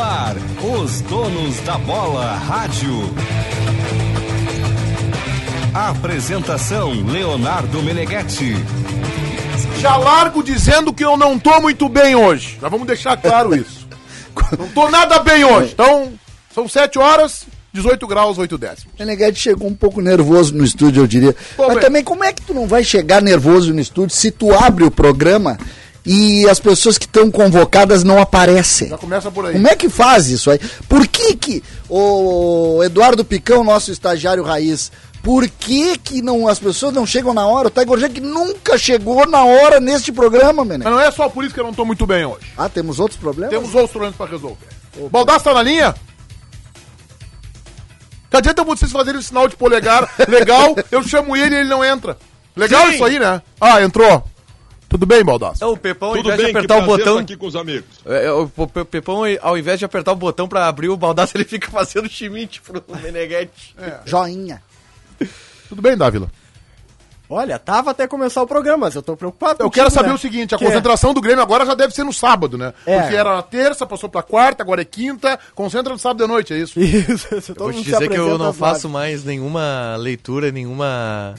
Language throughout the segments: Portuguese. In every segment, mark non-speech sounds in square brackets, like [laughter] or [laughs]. ar, os donos da bola rádio. Apresentação Leonardo Meneghetti. Já largo dizendo que eu não tô muito bem hoje. Já vamos deixar claro isso. não tô nada bem hoje. Então, são 7 horas, 18 graus, 8 décimos. Meneghete chegou um pouco nervoso no estúdio, eu diria. Pô, Mas bem. também, como é que tu não vai chegar nervoso no estúdio se tu abre o programa e as pessoas que estão convocadas não aparecem? Já começa por aí. Como é que faz isso aí? Por que que o Eduardo Picão, nosso estagiário raiz, por que que não, as pessoas não chegam na hora? O Tiger Jack nunca chegou na hora neste programa, Meneghete. Mas não é só por isso que eu não tô muito bem hoje. Ah, temos outros problemas? Temos outros problemas pra resolver. Baldaço tá na linha? Não adianta vocês fazerem o sinal de polegar legal, eu chamo ele e ele não entra. Legal Sim. isso aí, né? Ah, entrou. Tudo bem, Baldaço? Então o Pepão, ao Tudo invés bem, tá de apertar o botão. aqui com os amigos. É, o Pe- Pe- Pepão, ao invés de apertar o botão pra abrir o baldaço, [laughs] ele fica fazendo chimite pro É, Meneghete. Joinha. Tudo bem, Dávila? Olha, tava até começar o programa, mas eu tô preocupado Eu contigo, quero saber né? o seguinte, a Que é? concentração do Grêmio agora já deve ser no sábado, né? É. Porque era na terça, passou pra quarta, agora é quinta, concentra no sábado de noite, é isso? Isso, isso, todo Vou te mundo se dizer que eu apresenta não às nove. faço mais nenhuma leitura, nenhuma.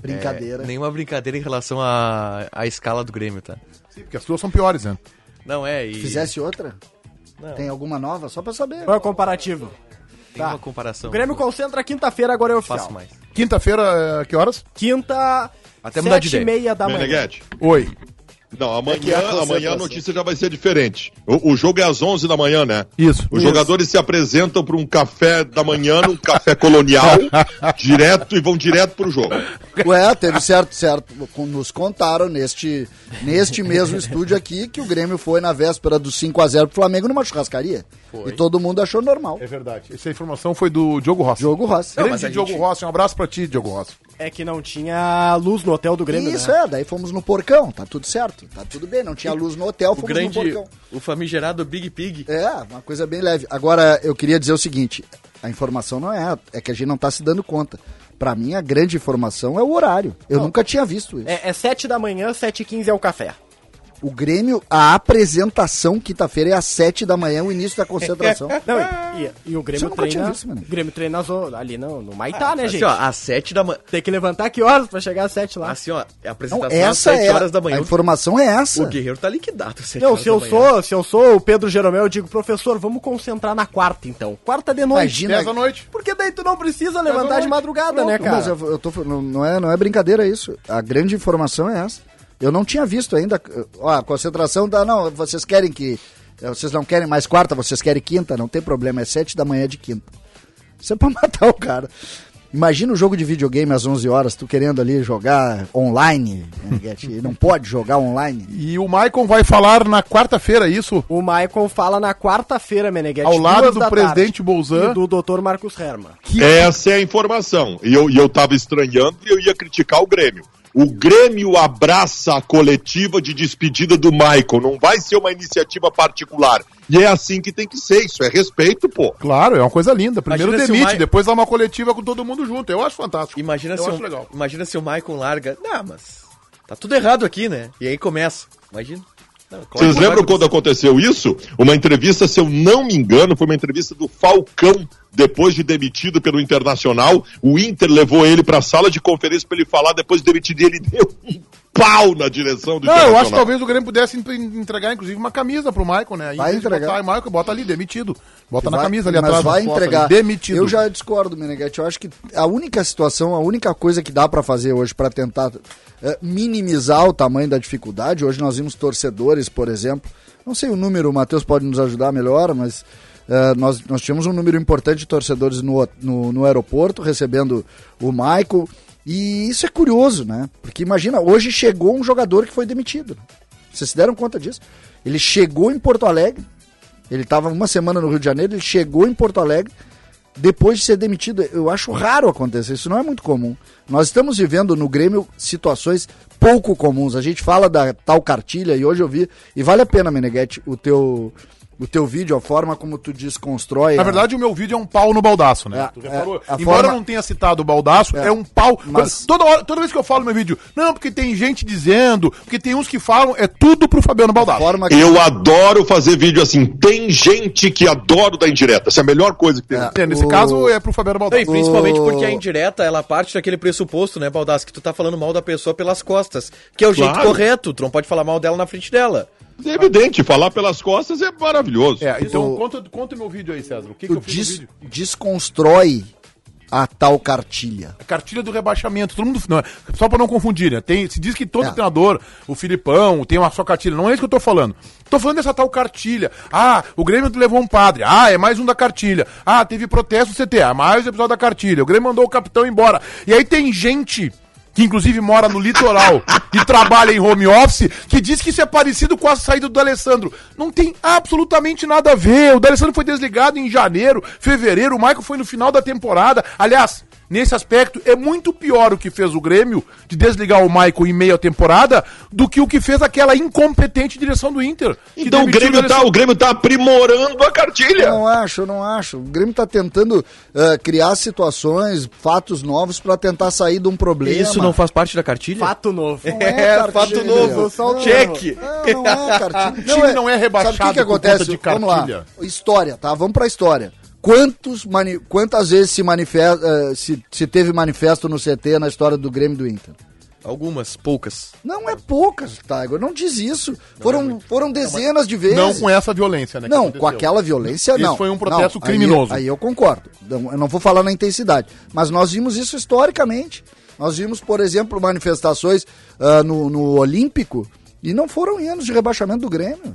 Brincadeira. é, nenhuma brincadeira em relação à à escala do Grêmio, tá? Sim, porque as tuas são piores, né? Não, é. E Fizesse outra? Tem alguma nova? Só pra saber. Qual é o comparativo? tem uma comparação. O Grêmio concentra quinta-feira, agora é oficial. Faço mais. Quinta-feira, eh, que horas? Quinta, Até mudar de sete e ideia. meia da manhã. Meneghete. Oi. Não, que né? é a amanhã, concentração. amanhã a notícia já vai ser diferente. O, o jogo é às 11 da manhã, né? Isso. Os Isso. jogadores se apresentam para um café da manhã, num café colonial, direto e vão direto pro jogo. Ué, teve certo, certo. Com- Nos contaram neste, neste mesmo estúdio aqui que o Grêmio foi na véspera do 5x0 pro Flamengo numa churrascaria. E todo mundo achou normal. É verdade. Essa informação foi do Diogo Rossi. Jogo Rossi. Grande mas a Diogo gente- Rossi, um abraço pra ti, Diogo Rossi. É que não tinha luz no hotel do Grêmio, Isso né? é, daí fomos no porcão, tá tudo certo, tá tudo bem, não tinha luz no hotel, O fomos grande. no porcão. O famigerado Big Pig. É, uma coisa bem leve. Agora, eu queria dizer o seguinte: a informação não é, é que a gente não tá se dando conta. Pra mim, a grande informação é o horário. Eu nunca tinha visto isso. É, é sete da manhã, sete e quinze é o café. O Grêmio, a apresentação quinta-feira é às sete da manhã, o início da [laughs] concentração. Então, É. Não, e, e- e o Grêmio eu nunca tinha treina, visto, mano. o Grêmio treina zo- ali no, no Maitá, né, Assim, gente? ó, às 7 da manhã. Tem que levantar que horas pra chegar às sete lá? Assim, ó, a Não, apresentação às essa 7 é. horas da manhã. A informação é O essa. Guerreiro tá liquidado. às sete Não, horas se da eu manhã. sou, se eu sou o Pedro Jeromel, eu digo, professor, vamos concentrar na quarta, então. Quarta de noite. Imagina. 10 da noite. Porque daí tu não precisa levantar de madrugada, né, cara? Mas eu, eu tô, não, não é, não é brincadeira isso. A grande informação é essa. Eu não tinha visto ainda. Ó, a concentração da. Não, vocês querem que. Vocês não querem mais quarta, vocês querem quinta, não tem problema, é sete da manhã de quinta. Isso é pra [laughs] matar o cara. Imagina o jogo de videogame às 11 horas, tu querendo ali jogar online, Meneghetti, [laughs] e não pode jogar online. E o Maicon vai falar na quarta-feira, é isso? O Michael fala na quarta-feira, Meneghete. Ao lado duas do da presidente tarde, Bolzan. E do doutor Marcos Herman. Essa é a informação. E eu, e eu tava estranhando e eu ia criticar o Grêmio. O Grêmio abraça a coletiva de despedida do Michael. Não vai ser uma iniciativa particular. E é assim que tem que ser. Isso é respeito, pô. Claro, é uma coisa linda. Primeiro Imagina se o demite, Mai- depois dá uma coletiva com todo mundo junto. Eu acho fantástico. Imagina Eu se, um acho o, legal. imagina se o Maicon larga. Não, mas. Tá tudo errado aqui, né? E aí começa. Imagina. Não, claro Vocês é que lembram vai quando acontecer. aconteceu isso? Uma entrevista, se eu não me engano, foi uma entrevista do Falcão, depois de demitido pelo Internacional. O Inter levou ele para a sala de conferência para ele falar, depois de demitido, e ele [laughs] deu um pau na direção do Não, eu Internacional. acho que talvez o Grêmio pudesse en- entregar, inclusive, uma camisa pro Maicon, né? Em Vai vez de entregar. botar, Maicon, bota ali, demitido. Bota na Vai- camisa ali mas atrás. vai na foto ali, entregar. Demitido. Eu já discordo, Meneghetti. Eu acho que a única situação, a única coisa que dá pra fazer hoje pra tentar eh, minimizar o tamanho da dificuldade, hoje nós vimos torcedores, por exemplo, não sei o número, o Matheus pode nos ajudar melhor, mas eh, nós, nós tivemos um número importante de torcedores no, o- no, no aeroporto, recebendo o Michael, e isso é curioso, né? Porque imagina, hoje chegou um jogador que foi demitido. Vocês se deram conta disso? Ele chegou em Porto Alegre, ele estava uma semana no Rio de Janeiro, ele chegou em Porto Alegre depois de ser demitido. Eu acho raro acontecer, isso não é muito comum. Nós estamos vivendo no Grêmio situações pouco comuns. A gente fala da tal cartilha e hoje eu vi, e vale a pena, Meneghetti, o teu O teu vídeo, a forma como tu desconstrói. Na a- verdade, o meu vídeo é um pau no baldaço, né? É, tu reparou? é, a Embora forma- eu não tenha citado o baldaço, é, um pau. mas- Toda, hora, toda vez que eu falo no meu vídeo, não, porque tem gente dizendo, porque tem uns que falam, é tudo pro Fabiano a Baldaço. forma que Eu adoro fazer vídeo assim. Tem gente que adora dar indireta. Essa é a melhor coisa que tem. É. É, Nesse o- caso, é pro Fabiano Não, e Baldaço. principalmente porque a indireta, ela parte daquele pressuposto, né, Baldassi, que tu tá falando mal da pessoa pelas costas, que é o jeito Claro. correto, tu não pode falar mal dela na frente dela. É evidente, falar pelas costas é maravilhoso. É, então o- conta, conta o meu vídeo aí, César. O que, que tu eu fiz no des- vídeo? desconstrói a tal cartilha. A cartilha do rebaixamento. Todo mundo. Não, só pra não confundir, né? Tem, se diz que todo É. treinador, o Filipão, tem uma só cartilha. Não é isso que eu tô falando. Tô falando dessa tal cartilha. Ah, o Grêmio levou um padre. Ah, é mais um da cartilha. Ah, teve protesto no CT. Ah, mais um episódio da cartilha. O Grêmio mandou o capitão embora. E aí tem gente. Que inclusive mora no litoral e trabalha em home office, que diz que isso é parecido com a saída do Alessandro. Não tem absolutamente nada a ver. O Alessandro foi desligado em janeiro, fevereiro, o Michael foi no final da temporada. Aliás, Nesse aspecto, é muito pior o que fez o Grêmio de desligar o Maicon em meia temporada do que o que fez aquela incompetente direção do Inter. que Então o demitiu Grêmio, tá, Alessandro. o Grêmio tá aprimorando a cartilha. Eu não acho, eu não acho. O Grêmio tá tentando eh, criar situações, fatos novos pra tentar sair de um problema. faz parte da cartilha? Fato novo. É. É, cartilha. fato novo. Só o Cheque. É, Não, não [laughs] é cartilha. time não é rebaixado Sabe o que, que por conta acontece? de Vamos lá. cartilha. História, tá? Vamos pra história. Quantos mani- Quantas vezes se, manifesta, eh, se, se teve manifesto no CT na história do Grêmio e do Inter? tá Algumas, poucas. Não é poucas, Tiger. Não diz isso. é foram, foram dezenas de vezes. Não é com essa violência, né? que Não, aconteceu. com aquela violência, Esse não. foi um protesso Não, criminoso. Aí, aí eu concordo. Não, Eu não vou falar na intensidade. Mas nós vimos isso historicamente. Nós vimos, por exemplo, manifestações ah, no, no Olímpico e não foram anos de rebaixamento do Grêmio.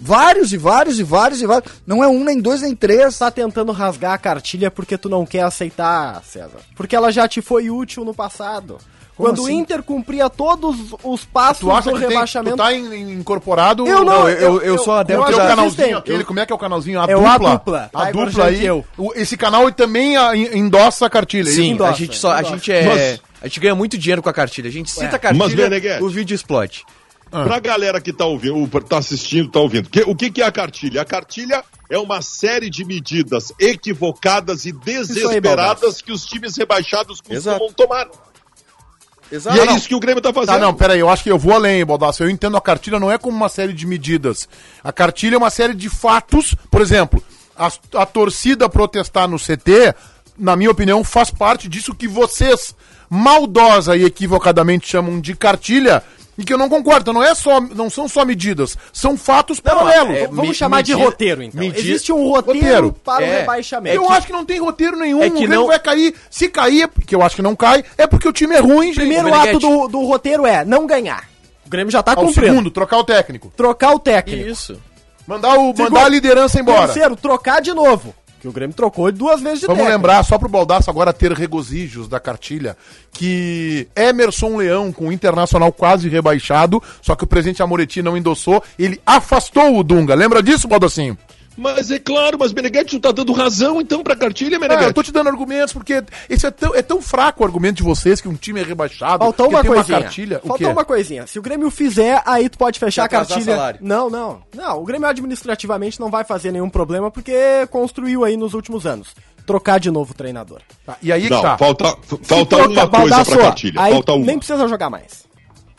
Vários e vários e vários e vários. Não é um, nem dois, nem três. tá tentando rasgar a cartilha porque tu não quer aceitar, César. Porque ela já te foi útil no passado. Como Quando o assim? Inter cumpria todos os passos Tu acha do que tem, tu rebaixamento. tá em- em- incorporado... Eu eu, não, eu- eu, eu- sou eu adepto acho do que canalzinho existem. aquele. Como é que é o canalzinho? A É o A dupla. Dupla. A Tá, dupla agora já aí. que eu. o- Esse canal também ah, en- endossa a cartilha. é Sim, isso? endossa, a gente só, a endossa. gente é, a gente ganha muito dinheiro com a cartilha. A gente cita a Mas, né, cartilha, Meneghete- o vídeo explode. Pra galera que tá ouvindo, ou tá assistindo, tá ouvindo. que- o que, que é a cartilha? A cartilha é uma série de medidas equivocadas e desesperadas que os times rebaixados costumam Exato. tomar. Exato. e é isso que o Grêmio tá fazendo. Tá, não, peraí, eu acho que eu vou além, Baldasso. Eu entendo a cartilha não é como uma série de medidas. A cartilha é uma série de fatos. Por exemplo, a, a torcida protestar no CT, na minha opinião, faz parte disso que vocês maldosa e equivocadamente chamam de cartilha. E que eu não concordo, Então, não, é só, não são só medidas, são fatos paralelos. é- Vamos Me- chamar de medida- roteiro, então. medida- Existe um roteiro, Roteiro. para o É. rebaixamento. eu acho que não tem roteiro nenhum, é o que Grêmio não- vai cair. Se cair, é porque eu acho que não cai, é porque o time é ruim, gente. primeiro Ô, Meneghetti. ato do, do roteiro é não ganhar. O Grêmio já tá Ao cumprindo. segundo, trocar o técnico. Trocar o técnico. Isso. Mandar, o, Segundo- mandar a liderança embora. Terceiro, trocar de novo. Que o Grêmio trocou duas vezes de Vamos técnico. lembrar, só pro Baldaço agora ter regozijos da cartilha, que Emerson Leão, com o Internacional quase rebaixado, só que o presidente Amoretti não endossou, ele afastou o Dunga. Lembra disso, Baldacinho? Mas é claro, mas Meneghete, tu tá dando razão então pra cartilha, Ah, É. eu Meneghete? tô te dando argumentos, porque esse é tão, é tão fraco o argumento de vocês que um time é rebaixado, Faltou que uma tem coisinha. uma cartilha. o quê? Faltou uma coisinha. Se o Grêmio fizer, aí tu pode fechar a Vai atrasar cartilha. salário. Não, não. Não, o Grêmio administrativamente não vai fazer nenhum problema porque construiu aí nos últimos anos. Trocar de novo o treinador. Tá, E aí que Não, tá. falta, f- falta Troca- uma coisa pra Baldasso, cartilha. Aí Falta uma. nem precisa jogar mais.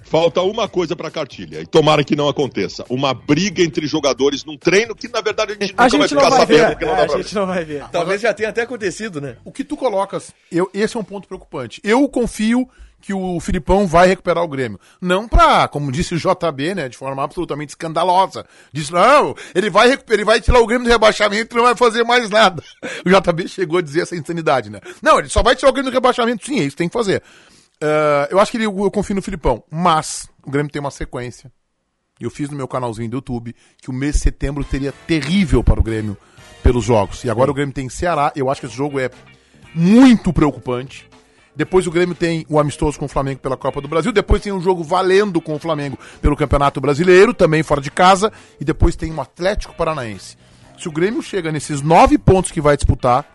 Falta uma coisa pra cartilha, e tomara que não aconteça. Uma briga entre jogadores num treino que, na verdade, a gente nunca A gente não vai ficar vai sabendo ver. porque não É, dá A pra ver. gente não vai ver. Talvez já tenha até acontecido, né? O que tu colocas, eu, esse é um ponto preocupante. Eu confio que o Filipão vai recuperar o Grêmio. Não pra, como disse o JB, né, de forma absolutamente escandalosa. Disse, não, ele vai recuperar, ele vai tirar o Grêmio do rebaixamento e não vai fazer mais nada. [laughs] O JB chegou a dizer essa insanidade, né? Não, ele só vai tirar o Grêmio do rebaixamento, sim, é isso que tem que fazer. Ah, eu acho que ele, eu confio no Filipão, mas o Grêmio tem uma sequência. Eu fiz no meu canalzinho do YouTube que o mês de setembro teria terrível para o Grêmio pelos jogos. E agora o Grêmio tem Ceará, eu acho que esse jogo é muito preocupante. Depois o Grêmio tem o amistoso com o Flamengo pela Copa do Brasil, depois tem um jogo valendo com o Flamengo pelo Campeonato Brasileiro, também fora de casa, e depois tem o Atlético Paranaense. Se o Grêmio chega nesses nove pontos que vai disputar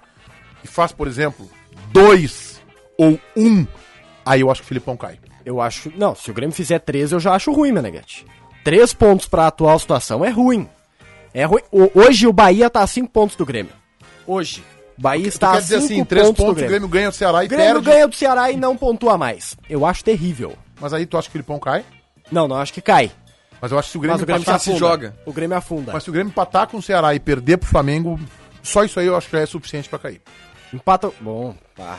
e faz, por exemplo, dois ou um, aí eu acho que o Filipão cai. Eu acho. Não, se o Grêmio fizer 13, eu já acho ruim, Meneghete. Três pontos pra atual situação é ruim. É ruim. O- hoje o Bahia tá a 5 pontos do Grêmio. Hoje. O Bahia está quer a dizer 5 assim, Tá pontos, três pontos, do o Grêmio. Grêmio ganha o Ceará e O Grêmio perde. ganha do Ceará e não pontua mais. Eu acho terrível. Mas aí tu acha que o Filipão cai? Não, não acho que cai. Mas eu acho que se o Grêmio, Mas o Grêmio se né? empatar, se afunda. joga. O Grêmio afunda. mas se o Grêmio empatar com o Ceará e perder pro Flamengo, só isso aí eu acho que já é suficiente pra cair. Empata. Bom, tá.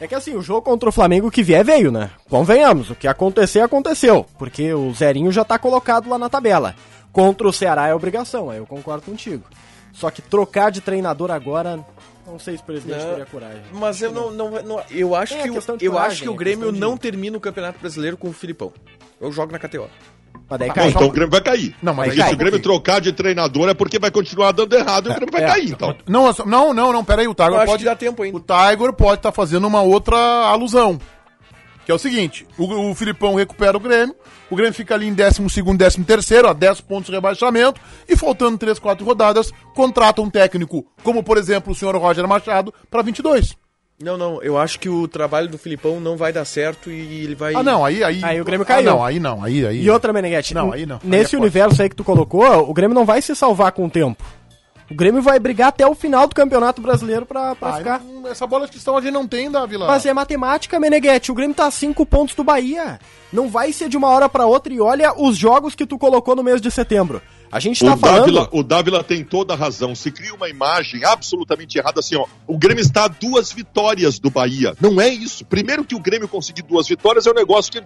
É que assim, o jogo contra o Flamengo que vier veio, né? Convenhamos, o que acontecer, aconteceu. Porque o Zerinho já tá colocado lá na tabela. Contra o Ceará é obrigação, aí eu concordo contigo. Só que trocar de treinador agora, não sei se o presidente teria coragem. Mas eu não, não, não- eu acho É, que o, questão de eu coragem, acho que é o Grêmio questão de- não termina o Campeonato Brasileiro com o Filipão. Eu jogo na KTO. Mas daí Bom, cai. então o Grêmio vai cair. Não, mas Porque aí cai se o Grêmio um pouquinho. trocar de treinador é porque vai continuar dando errado e o Grêmio vai cair, então. Não, eu só- não, não, não, peraí, o Tiger Eu acho pode... que dá tempo é ainda. O Tiger pode estar fazendo uma outra alusão, que é o seguinte, o, o Filipão recupera o Grêmio, o Grêmio fica ali em 12º, 13º, a 10 pontos de rebaixamento, e faltando 3, 4 rodadas, contrata um técnico, como por exemplo o senhor Roger Machado, pra 22. Não, não, eu acho que o trabalho do Filipão não vai dar certo e ele vai Ah, não, aí... Aí, Aí o Grêmio ah, caiu. não, aí não, aí... aí E outra, Meneghete, Não, n- aí não. Aí é nesse forte. universo aí que tu colocou, o Grêmio não vai se salvar com o tempo. O Grêmio vai brigar até o final do Campeonato Brasileiro pra, pra Ah, ficar. não- essa bola de cristal a gente não tem, da Vila. Mas é matemática, Meneghete. O Grêmio tá a 5 pontos do Bahia. Não vai ser de uma hora pra outra. E olha os jogos que tu colocou no mês de setembro. A gente tá o, falando. Dávila, o Dávila tem toda a razão. Se cria uma imagem absolutamente errada assim, ó. O Grêmio está a duas vitórias do Bahia. Não é isso. Primeiro que o Grêmio conseguir duas vitórias é um negócio que,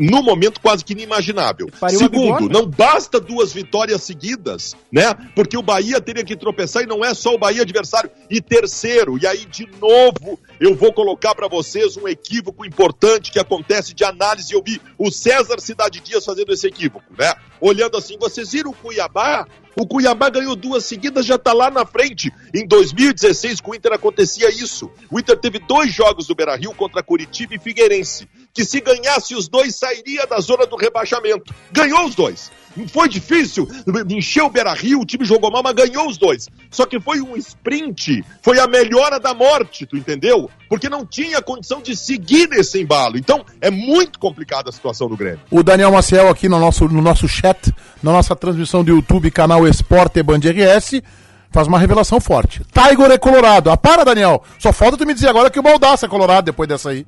no momento, quase que inimaginável. Pariu uma Segundo, bigorna. não basta duas vitórias seguidas, né? Porque o Bahia teria que tropeçar e não é só o Bahia adversário. E terceiro, e aí de novo, eu vou colocar pra vocês um equívoco importante que acontece de análise. Eu vi o César Cidade Dias fazendo esse equívoco, né? Olhando assim, vocês viram o Cuiabá? O Cuiabá ganhou duas seguidas, já tá lá na frente. Em 2016, com o Inter acontecia isso. O Inter teve dois jogos do Beira-Rio contra Curitiba e Figueirense, que se ganhasse os dois sairia da zona do rebaixamento. Ganhou os dois. Foi difícil, encheu o Beira-Rio, o time jogou mal, mas ganhou os dois. Só que foi um sprint, foi a melhora da morte, tu entendeu? Porque não tinha condição de seguir nesse embalo. Então, é muito complicada a situação do Grêmio. O Daniel Maciel aqui no nosso, no nosso chat, na nossa transmissão do YouTube, canal Esporte Band RS, faz uma revelação forte. Tiger é colorado. Ah, para, Daniel. Só falta tu me dizer agora que o Baldaça é colorado depois dessa aí.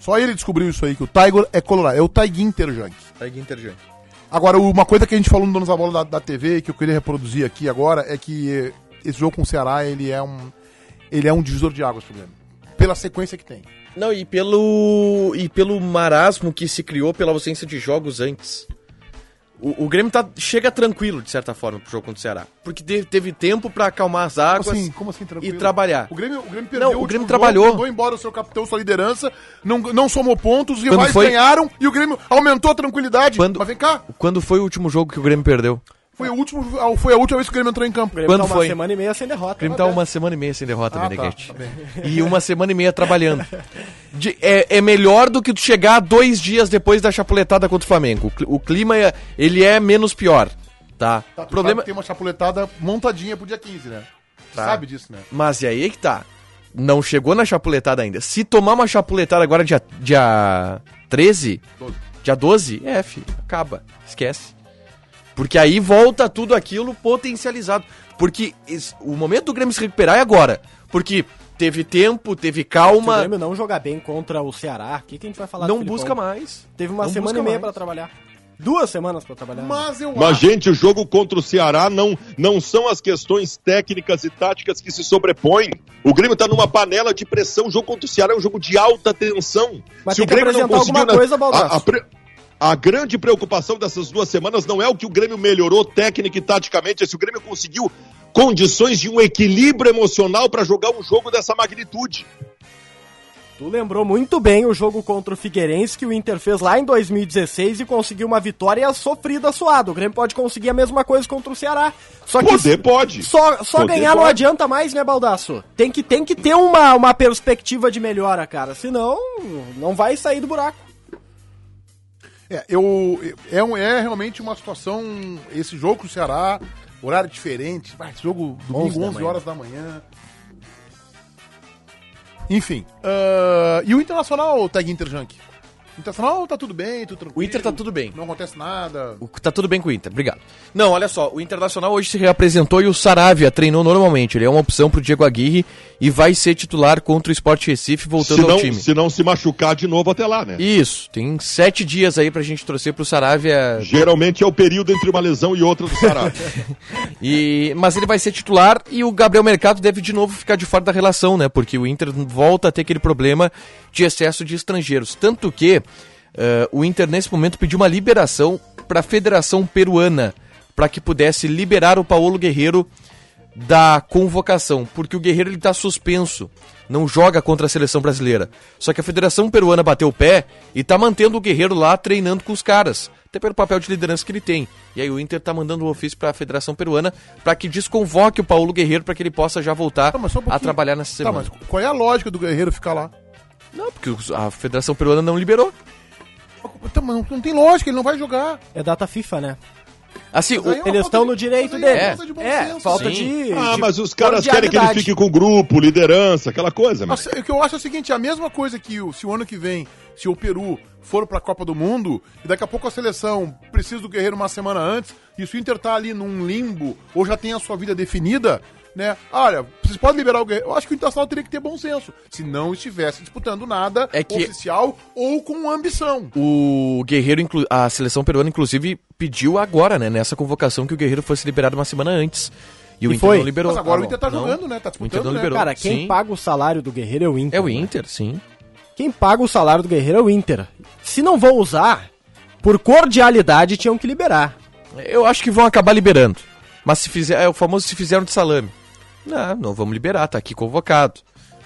Só ele descobriu isso aí, que o Tiger é colorado. É o Taiguinho Interjunk. sair interjante. Agora, uma coisa que a gente falou no Donos da Bola da, da TV, que eu queria reproduzir aqui agora, é que eh, esse jogo com o Ceará, ele é um, ele é um divisor de águas pro Grêmio. Pela sequência que tem. Não, e pelo e pelo marasmo que se criou pela ausência de jogos antes. O, o Grêmio tá, chega tranquilo, de certa forma, pro jogo contra o Ceará. Porque te- teve tempo pra acalmar as águas assim? e trabalhar. O Grêmio, o Grêmio perdeu o Grêmio último trabalhou. jogo, mandou embora o seu capitão, sua liderança, não, não somou pontos, os rivais foi? ganharam e o Grêmio aumentou a tranquilidade. Quando- Mas vem cá, Quando foi o último jogo que o Grêmio perdeu? foi, o último, foi a última vez que o Grêmio entrou em O campo. Grêmio Quando tá uma foi? semana e meia sem derrota. é, O Grêmio tá uma semana e meia sem derrota, Ah, tá, Meneghete. tá bem. E uma semana e meia trabalhando. De- é, é melhor do que tu chegar dois dias depois da chapuletada contra o Flamengo. O cli- O clima, é, ele é menos pior, tá? Tá, tu sabe Problema... Tá. que Tem uma chapuletada montadinha pro dia 15, né? Tu Sabe disso, né? Mas e aí que tá. Não chegou na chapuletada ainda. Se tomar uma chapuletada agora dia, dia 13, dia 12, é, fi, acaba. Esquece. Porque aí volta tudo aquilo potencializado. Porque es- o momento do Grêmio se recuperar é agora. Porque teve tempo, teve Se o calma, Grêmio não jogar bem contra o Ceará, o que, que a gente vai falar do não Filipão? busca mais. Teve uma Não semana busca e meia mais. pra trabalhar. Duas semanas pra trabalhar. Mas eu Mas, gente, o jogo contra o Ceará não, não são as questões técnicas e táticas que se sobrepõem. O Grêmio tá numa panela de pressão. O jogo contra o Ceará é um jogo de alta tensão. Mas tem que apresentar alguma na- coisa, Baldasso. a, a pre- a grande preocupação dessas duas semanas não é o que o Grêmio melhorou técnica e taticamente, é se o Grêmio conseguiu condições de um equilíbrio emocional para jogar um jogo dessa magnitude. Tu lembrou muito bem o jogo contra o Figueirense que o Inter fez lá em 2016 e conseguiu uma vitória sofrida, suada. O Grêmio pode conseguir a mesma coisa contra o Ceará. Só que Poder pode. só, só Poder ganhar não pode. adianta mais, né, Baldaço? Tem que, tem que ter uma, uma perspectiva de melhora, cara. Senão, não vai sair do buraco. É, eu, é, um- é realmente uma situação. Esse jogo com o Ceará, horário diferente. Vai, esse jogo domingo, 11, da manhã. horas da manhã. Enfim. ah, e o Internacional, Tag Interjunk? Internacional tá tudo bem, tudo tranquilo. O Inter tá tudo bem. Não acontece nada. O- Tá tudo bem com o Inter, obrigado. Não, olha só, o Internacional hoje se reapresentou e o Saravia treinou normalmente. Ele é uma opção pro Diego Aguirre e vai ser titular contra o Sport Recife Se voltando ao não, time. se não se machucar de novo até lá, né? Isso, tem sete dias aí pra gente torcer pro Saravia. Geralmente é o período entre uma lesão e outra do [laughs] Sará. E... Mas ele vai ser titular e o Gabriel Mercado deve de novo ficar de fora da relação, né? Porque o Inter volta a ter aquele problema de excesso de estrangeiros. Tanto que eh, o Inter, nesse momento, pediu uma liberação pra Federação Peruana pra que pudesse liberar o Paulo Guerreiro da convocação, porque o Guerreiro ele tá suspenso, não joga contra a seleção brasileira. Só que a Federação Peruana bateu o pé e tá mantendo o Guerreiro lá treinando com os caras, até pelo papel de liderança que ele tem. E aí o Inter tá mandando um ofício pra Federação Peruana pra que desconvoque o Paulo Guerreiro pra que ele possa já voltar Tá, mas só um a pouquinho. trabalhar nessa Tá, semana. mas qual é a lógica do guerreiro ficar lá? Não, porque os- a Federação Peruana não liberou. Tá, mas não, não tem lógica, ele não vai jogar. É data FIFA, né? Assim, o- Aí é uma Eles falta estão de- no direito mas aí dele. É, É, falta de bom é, senso. falta Sim. de. ah, de mas os caras querem que ele cordialidade. fique com o grupo, liderança, aquela coisa, né? Mas o que eu acho é o seguinte, é a mesma coisa que o- se o ano que vem, se o Peru for pra Copa do Mundo, e daqui a pouco a seleção precisa do Guerreiro uma semana antes, e se o Inter tá ali num limbo, ou já tem a sua vida definida, né? Olha, vocês podem liberar o Guerreiro. Eu acho que o Internacional teria que ter bom senso, se não estivesse disputando nada É que- oficial ou com ambição. O Guerreiro, inclu- a seleção peruana, inclusive, pediu agora, né, nessa convocação, que o Guerreiro fosse liberado uma semana antes. E o E Inter foi. não liberou. Mas agora Ah, o Inter tá não. jogando, né? Tá O Inter disputando, não né? liberou. Cara, quem Sim. paga o salário do Guerreiro é o Inter. É o né? Inter, sim. Quem paga o salário do Guerreiro é o Inter. Se não vão usar, por cordialidade tinham que liberar. Eu acho que vão acabar liberando. Mas se fizer, é o famoso se fizeram de salame. Não, não vamos liberar, tá aqui convocado.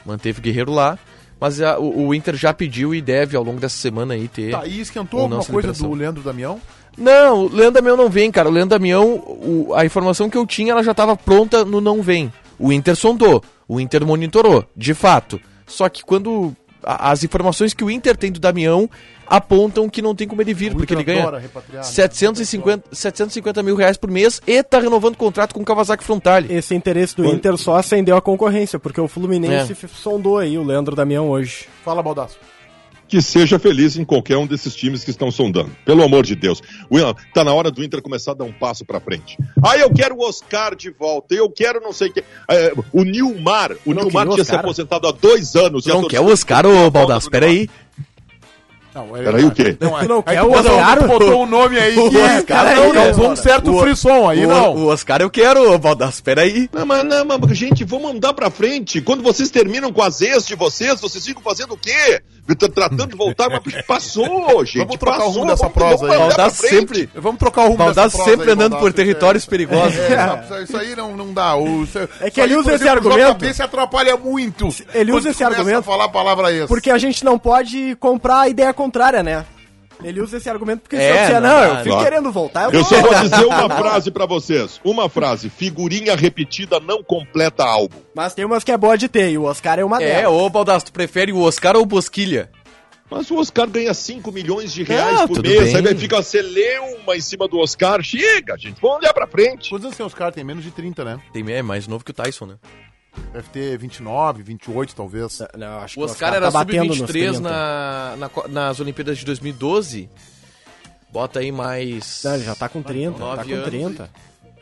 Manteve o Guerreiro lá, mas a- o, o Inter já pediu e deve ao longo dessa semana aí ter. Tá, e esquentou É. Ou alguma não, essa coisa liberação. do Leandro Damião? Não, o Leandro Damião não vem, cara. O Leandro Damião, o- a informação que eu tinha, ela já estava pronta no não vem. O Inter sondou, o Inter monitorou, de fato. Só que quando a- as informações que o Inter tem do Damião apontam que não tem como ele vir, O porque Inter ele ganha adora repatriar, né? 750, 750 mil reais por mês e tá renovando o contrato com o Kawasaki Frontale. Esse interesse do Inter só acendeu a concorrência, porque o Fluminense É. f- sondou aí o Leandro Damião hoje. Fala, Baldaço. que seja feliz em qualquer um desses times que estão sondando. Pelo amor de Deus. William, tá na hora do Inter começar a dar um passo pra frente. Ah, eu quero o Oscar de volta. Eu quero não sei quem. É, o Nilmar. O Não Nilmar queria o tinha se Oscar? aposentado há dois anos. Tu não quer o Oscar, ô Baldasso, peraí. Não, Peraí, o quê? Tu não É é. Aí quer tu o botou- Oscar? botou um nome [laughs] aí que é, Oscar não, aí, né? não, vamos certo O- frisson aí, não. O, o Oscar eu quero, ô Baldasso, peraí. Não, mas, não, mas, gente, vamos andar pra frente. Quando vocês terminam com as ex de vocês, vocês ficam fazendo o quê? Tra- Tratando de voltar, mas passou, gente. Vamos trocar o passou, rumo dessa vamos- prosa vamos aí. andar pra Baldasso frente. sempre, Vamos trocar o rumo Baldasso dessa prosa sempre aí, andando por Baldasso, é, [laughs] territórios perigosos. é, sabe, isso aí não, não dá. O, isso, É que ele usa esse O argumento. cabeça atrapalha muito. Ele quando usa tu começa esse argumento. a falar a palavra essa. Porque a gente não pode comprar a ideia contrária, né? Ele usa esse argumento porque se É, eu disser, não, não, eu não, fico não. querendo voltar, eu, Eu vou. só vou dizer uma frase pra vocês. Uma frase. Figurinha repetida não completa álbum. Mas tem umas que é boa de ter, e o Oscar é uma É, delas. ô Baldasso, tu prefere o Oscar ou o Bosquilha? Mas o Oscar ganha 5 milhões de reais Ah, por tudo mês. bem. Aí vai ficar celeuma em cima do Oscar. Chega, gente. Vamos olhar pra frente. Quantos anos tem os caras? Tem menos de 30, né? Tem é mais novo que o Tyson, né? Deve ter 29, 28, talvez. Não, acho O Oscar, era tá tá batendo nos sub-23 30. na, na co- nas Olimpíadas de 2012. Bota aí mais. É, Não, ele já tá com 30, tá Nove com anos 30.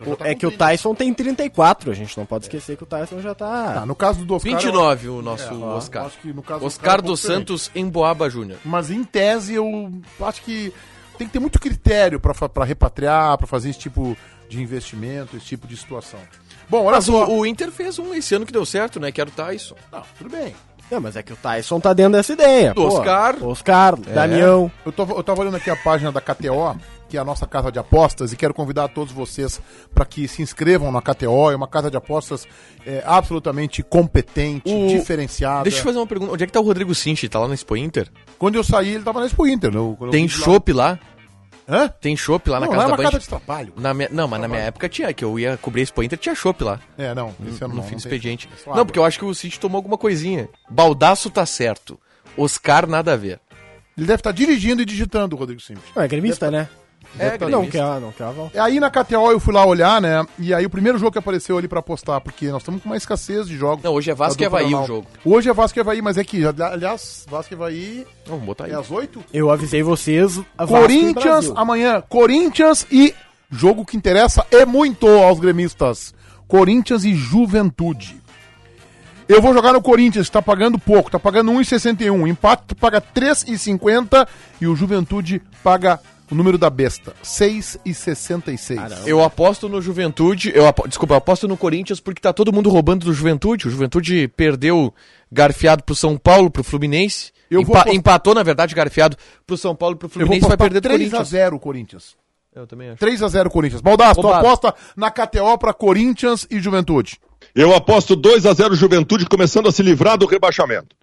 Já tá é com que o Tyson tem 34, a gente não pode esquecer que o Tyson já Tá, tá. no caso do Oscar... 29 o nosso É, ó, Oscar. acho que no caso do Oscar é Oscar um pouco dos Santos Emboaba Júnior. Mas em tese eu acho que tem que ter muito critério pra fa- pra repatriar, pra fazer esse tipo de investimento, esse tipo de situação. Bom, olha Mas o, só. o Inter fez um esse ano que deu certo, né? Que era o Tyson. Não, tudo bem. Não, mas é que o Tyson tá dentro dessa ideia. Do Oscar. É. Oscar, Damião. Eu, tô, eu tava olhando aqui a página da KTO, que é a nossa casa de apostas, e quero convidar a todos vocês para que se inscrevam na KTO. É uma casa de apostas é, absolutamente competente, O- diferenciada. Deixa eu fazer uma pergunta. Onde é que tá o Rodrigo Sinchi? Tá lá no Expo Inter? Quando eu saí, ele tava na Expo Inter. né? Eu- quando eu Tem fui lá- chopp lá? Hã? Tem chopp lá na não, lá é casa uma da casa Band? de trabalho. Na minha- não, mas na minha época tinha, que eu ia cobrir a Expo Inter, tinha chopp lá. É, não, esse ano no não, não fim do tem. Hum, expediente. É só água. Não, porque eu acho que o City tomou alguma coisinha. Baldaço tá certo. Oscar nada a ver. Ele deve estar dirigindo e tá digitando, Rodrigo Simples. Não, é gremista, né? É, Não quer, não quer a volta. Aí na KTO eu fui lá olhar, né? E aí o primeiro jogo que apareceu ali pra apostar, porque nós estamos com uma escassez de jogos. Não, hoje é Vasco Da e Havaí dupla o Grenal. jogo. Hoje é Vasco e Havaí, mas é que, aliás, Vasco e Havaí Vamos botar aí. é às 8? Eu avisei vocês. Vasco e Corinthians Brasil. amanhã. Corinthians e jogo que interessa é muito aos gremistas. Corinthians e Juventude. Eu vou jogar no Corinthians, tá pagando pouco, tá pagando 1,61. Empate tu paga 3,50 e o Juventude paga o número da besta, 6,66. Eu aposto no Juventude, eu apo- desculpa, eu aposto no Corinthians porque tá todo mundo roubando do Juventude. O Juventude perdeu garfiado pro São Paulo, pro Fluminense. Eu vou Empa- apostar- Empatou, na verdade, garfiado pro São Paulo, pro Eu vou Fluminense, vai perder do 3 a Corinthians. 0 Corinthians. Eu também acho. 3 a 0 Corinthians. Baldasso, tu Roubado. aposta na KTO pra Corinthians e Juventude. Eu aposto 2 a 0 Juventude começando a se livrar do rebaixamento.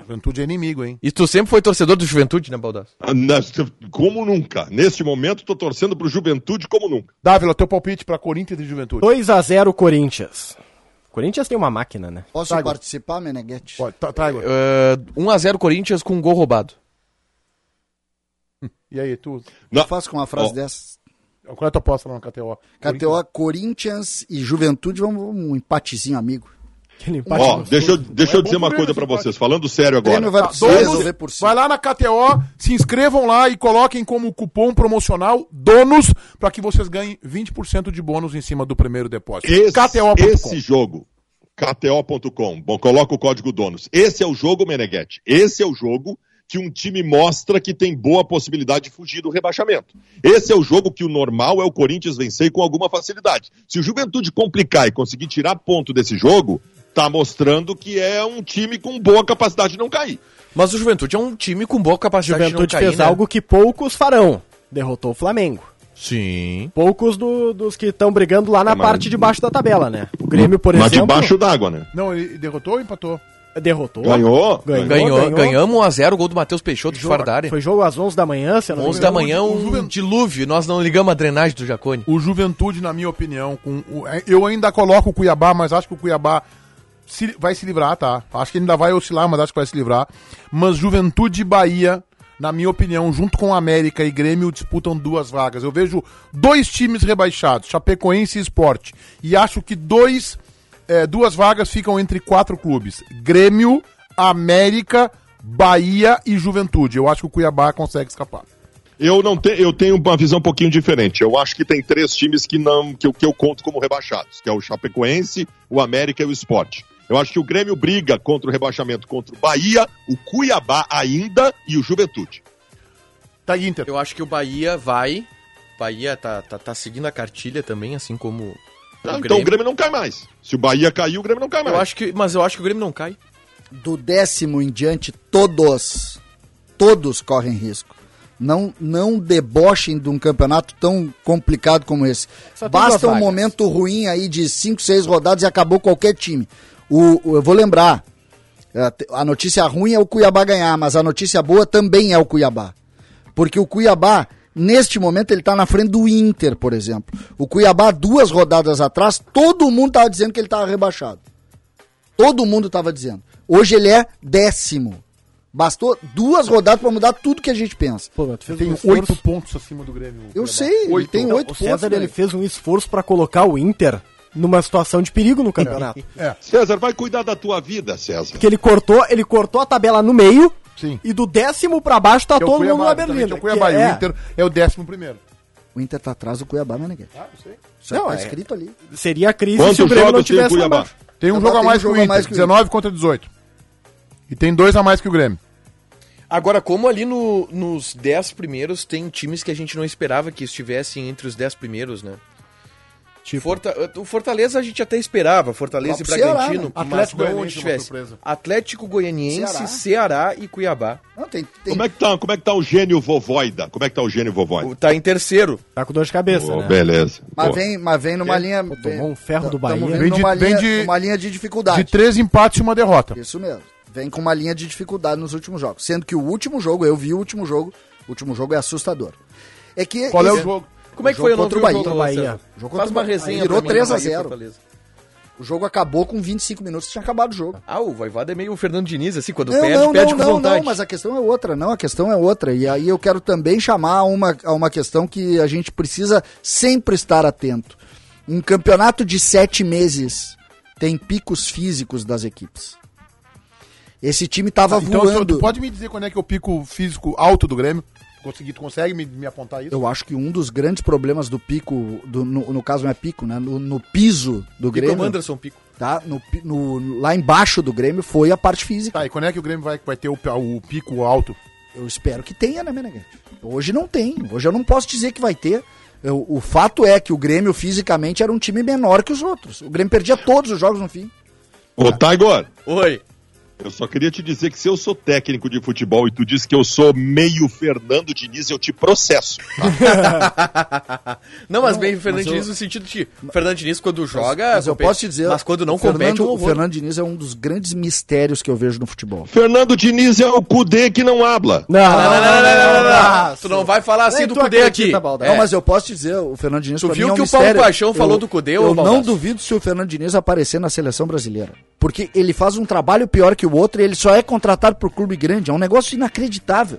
Juventude é inimigo, hein? E tu sempre foi torcedor do Juventude, né, Baldasso? Ah, nas- Como nunca. Neste momento, tô torcendo pro Juventude como nunca. Dávila, teu palpite pra Corinthians e Juventude. 2x0 Corinthians. Corinthians tem uma máquina, né? Posso Tá, participar, Meneghete? Pode, tá, tá, Igor. Eh, 1x0 Corinthians com um gol roubado. E aí, tu? Na- Eu faço com uma frase Ó. dessas. Qual é a tua aposta lá no KTO? KTO, Corinthians e Juventude, vamos um empatezinho amigo. Aquele empate Ó, gostoso. deixa eu, deixa É eu bom dizer uma pro coisa Grêmio pra esse empate. vocês, falando sério O Grêmio agora. Tá, vai precisar donos- resolver por si. Vai lá na KTO, se inscrevam lá e coloquem como cupom promocional DONOS para que vocês ganhem 20% de bônus em cima do primeiro depósito. Esse, KTO.com. esse jogo, KTO.com, bom, coloca o código donos. Esse é o jogo, Meneghetti. Esse é o jogo que um time mostra que tem boa possibilidade de fugir do rebaixamento. Esse é o jogo que o normal é o Corinthians vencer com alguma facilidade. Se o Juventude complicar e conseguir tirar ponto desse jogo, tá mostrando que é um time com boa capacidade de não cair. Mas o Juventude é um time com boa capacidade Juventude de não cair, fez né? algo que poucos farão. Derrotou o Flamengo. Sim. Poucos do- dos que estão brigando lá É, na mas- parte de baixo da tabela, né? O Grêmio, por Mas exemplo, debaixo d'água, né? Não, ele derrotou ou empatou? derrotou. Ganhou? Ganhou. Ganhou, ganhamos 1x0 o gol do Matheus Peixoto de fora da área. Foi jogo às 11 da manhã, se eu não me 11 da engano. manhã, o um Juventude- dilúvio. Nós não ligamos a drenagem do Jacone. O Juventude, na minha opinião, com o- é, eu ainda coloco o Cuiabá, mas acho que o Cuiabá se- vai se livrar, tá? Acho que ainda vai oscilar, mas acho que vai se livrar. Mas Juventude e Bahia, na minha opinião, junto com América e Grêmio, disputam duas vagas. Eu vejo dois times rebaixados, Chapecoense e Sport. E acho que dois, eh, duas vagas ficam entre quatro clubes: Grêmio, América, Bahia e Juventude. Eu acho que o Cuiabá consegue escapar. Eu não tenho, eu tenho uma visão um pouquinho diferente. Eu acho que tem três times que não que eu, que eu conto como rebaixados, que é o Chapecoense, o América e o Sport. Eu acho que o Grêmio briga contra o rebaixamento contra o Bahia, o Cuiabá ainda e o Juventude. Tá, Inter. Eu acho que o Bahia vai. Bahia tá, tá, tá seguindo a cartilha também, assim como. Tá? o Então o Grêmio. Grêmio não cai mais. Se o Bahia cair, o Grêmio não cai mais. Eu acho que, mas eu acho que o Grêmio não cai. do décimo em diante, todos, todos correm risco. Não, não debochem de um campeonato tão complicado como esse. Só tem duas Basta um vagas. momento ruim aí de 5, 6 rodadas e acabou qualquer time. O, o- eu vou lembrar, é, te- a notícia ruim é o Cuiabá ganhar, mas a notícia boa também é o Cuiabá. Porque o Cuiabá, neste momento, ele está na frente do Inter, por exemplo. O Cuiabá, duas rodadas atrás, todo mundo estava dizendo que ele estava rebaixado. Todo mundo estava dizendo. Hoje ele é décimo. Bastou duas rodadas para mudar tudo que a gente pensa. Pô, mas tu fez um Tem esforço. oito pontos acima do Grêmio. Eu sei, ele tem Não, oito Então, o César pontos. ele né? fez um esforço pra colocar o Inter numa situação de perigo no campeonato. É, César, vai cuidar da tua vida, César. Porque ele cortou, ele cortou a tabela no meio. Sim. E do décimo pra baixo tá Que é o todo mundo Cuiabá, na exatamente, Berlinda. É o Cuiabá e que o Inter é o décimo primeiro. O Inter tá atrás do Cuiabá, né, Neguete? Ah, não sei. Isso aí Não, tá é- escrito ali. Seria a crise se o Quantos Grêmio não jogos tem o tivesse lá Cuiabá? embaixo. Tem um Tá, jogo a tem mais um que o jogo a Inter, mais que o 19 contra 18. E tem dois a mais que o Grêmio. Agora, como ali no- nos 10 primeiros tem times que a gente não esperava que estivessem entre os 10 primeiros, né? Tipo- Forta- o Fortaleza a gente até esperava, Fortaleza e Lá pro Ceará, Bragantino, né? mas Atlético não Goianiense onde é uma tivesse. surpresa. Atlético Goianiense, Ceará. Ceará e Cuiabá. Não, tem, tem... Como é que tá, como é que tá o gênio Vovoida? Como é que tá o gênio Vovoida? O- Tá em terceiro. Tá com dor de cabeça, Ô, né? beleza. Mas, Pô. vem, mas vem numa linha. Pô, vem- tomou um ferro do Tá- tamo Bahia. vendo Vem de- numa, vem linha, de- numa linha de dificuldade. De três empates e uma derrota. Isso mesmo. Vem com uma linha de dificuldade nos últimos jogos. Sendo que o último jogo, eu vi o último jogo, o último jogo é assustador. É que. Qual é o esse- jogo? Como é que Jogo foi? Eu não vi contra o o Bahia. jogo, Bahia. César. Jogo Faz contra uma o Bahia. resenha Virou pra mim do 3 a Bahia e 0. Fortaleza. O jogo acabou com 25 minutos, tinha acabado o jogo. Ah, o Voivoda é meio o Fernando Diniz, assim, quando Não, perde, não, perde não, com não, vontade. não, mas a questão é outra, não, a questão é outra. E aí eu quero também chamar a uma, a uma questão que a gente precisa sempre estar atento. Um campeonato de sete meses tem picos físicos das equipes. Esse time tava Então, tu- voando. tu pode me dizer quando é que é o pico físico alto do Grêmio? Consegui, tu consegue me, me apontar isso? Eu acho que um dos grandes problemas do pico, do- no, no caso não é pico, né? No, no piso do é Pico Grêmio, Anderson, Pico. tá? No, pi- no- lá embaixo do Grêmio foi a parte física. Tá, e quando é que o Grêmio vai, vai ter o, o pico alto? Eu espero que tenha, né, Meneghete? Hoje não tem. Hoje eu não posso dizer que vai ter. Eu- o fato é que o Grêmio fisicamente era um time menor que os outros. O Grêmio perdia todos os jogos no fim. Ô, Taigor, Oi. eu só queria te dizer que se eu sou técnico de futebol e tu diz que eu sou meio Fernando Diniz, eu te processo. tá? Não, mas Não, bem, o Fernando mas eu- Diniz no sentido de... O Fernando Diniz quando joga... mas eu compete, posso te dizer. É, Mas quando não o Fernando, compete, o o Fernando Diniz é um dos grandes mistérios que eu vejo no futebol. [laughs] Fernando Diniz é o Cudê que não habla. Não, Não, não, não, é não, um não, não, não, não. é um Tu não vai falar assim Nem do tu Cudê aqui. É. acredita, Baldasso. Não, mas eu posso te dizer, o Fernando Diniz Tu pra viu mim é um que o Paulo mistério. Paixão Eu- falou do Cudê, ô, Eu não Baldasso? duvido se o Fernando Diniz aparecer na seleção brasileira. Porque ele faz um trabalho pior que o outro e ele só é contratado por clube grande. É um negócio inacreditável.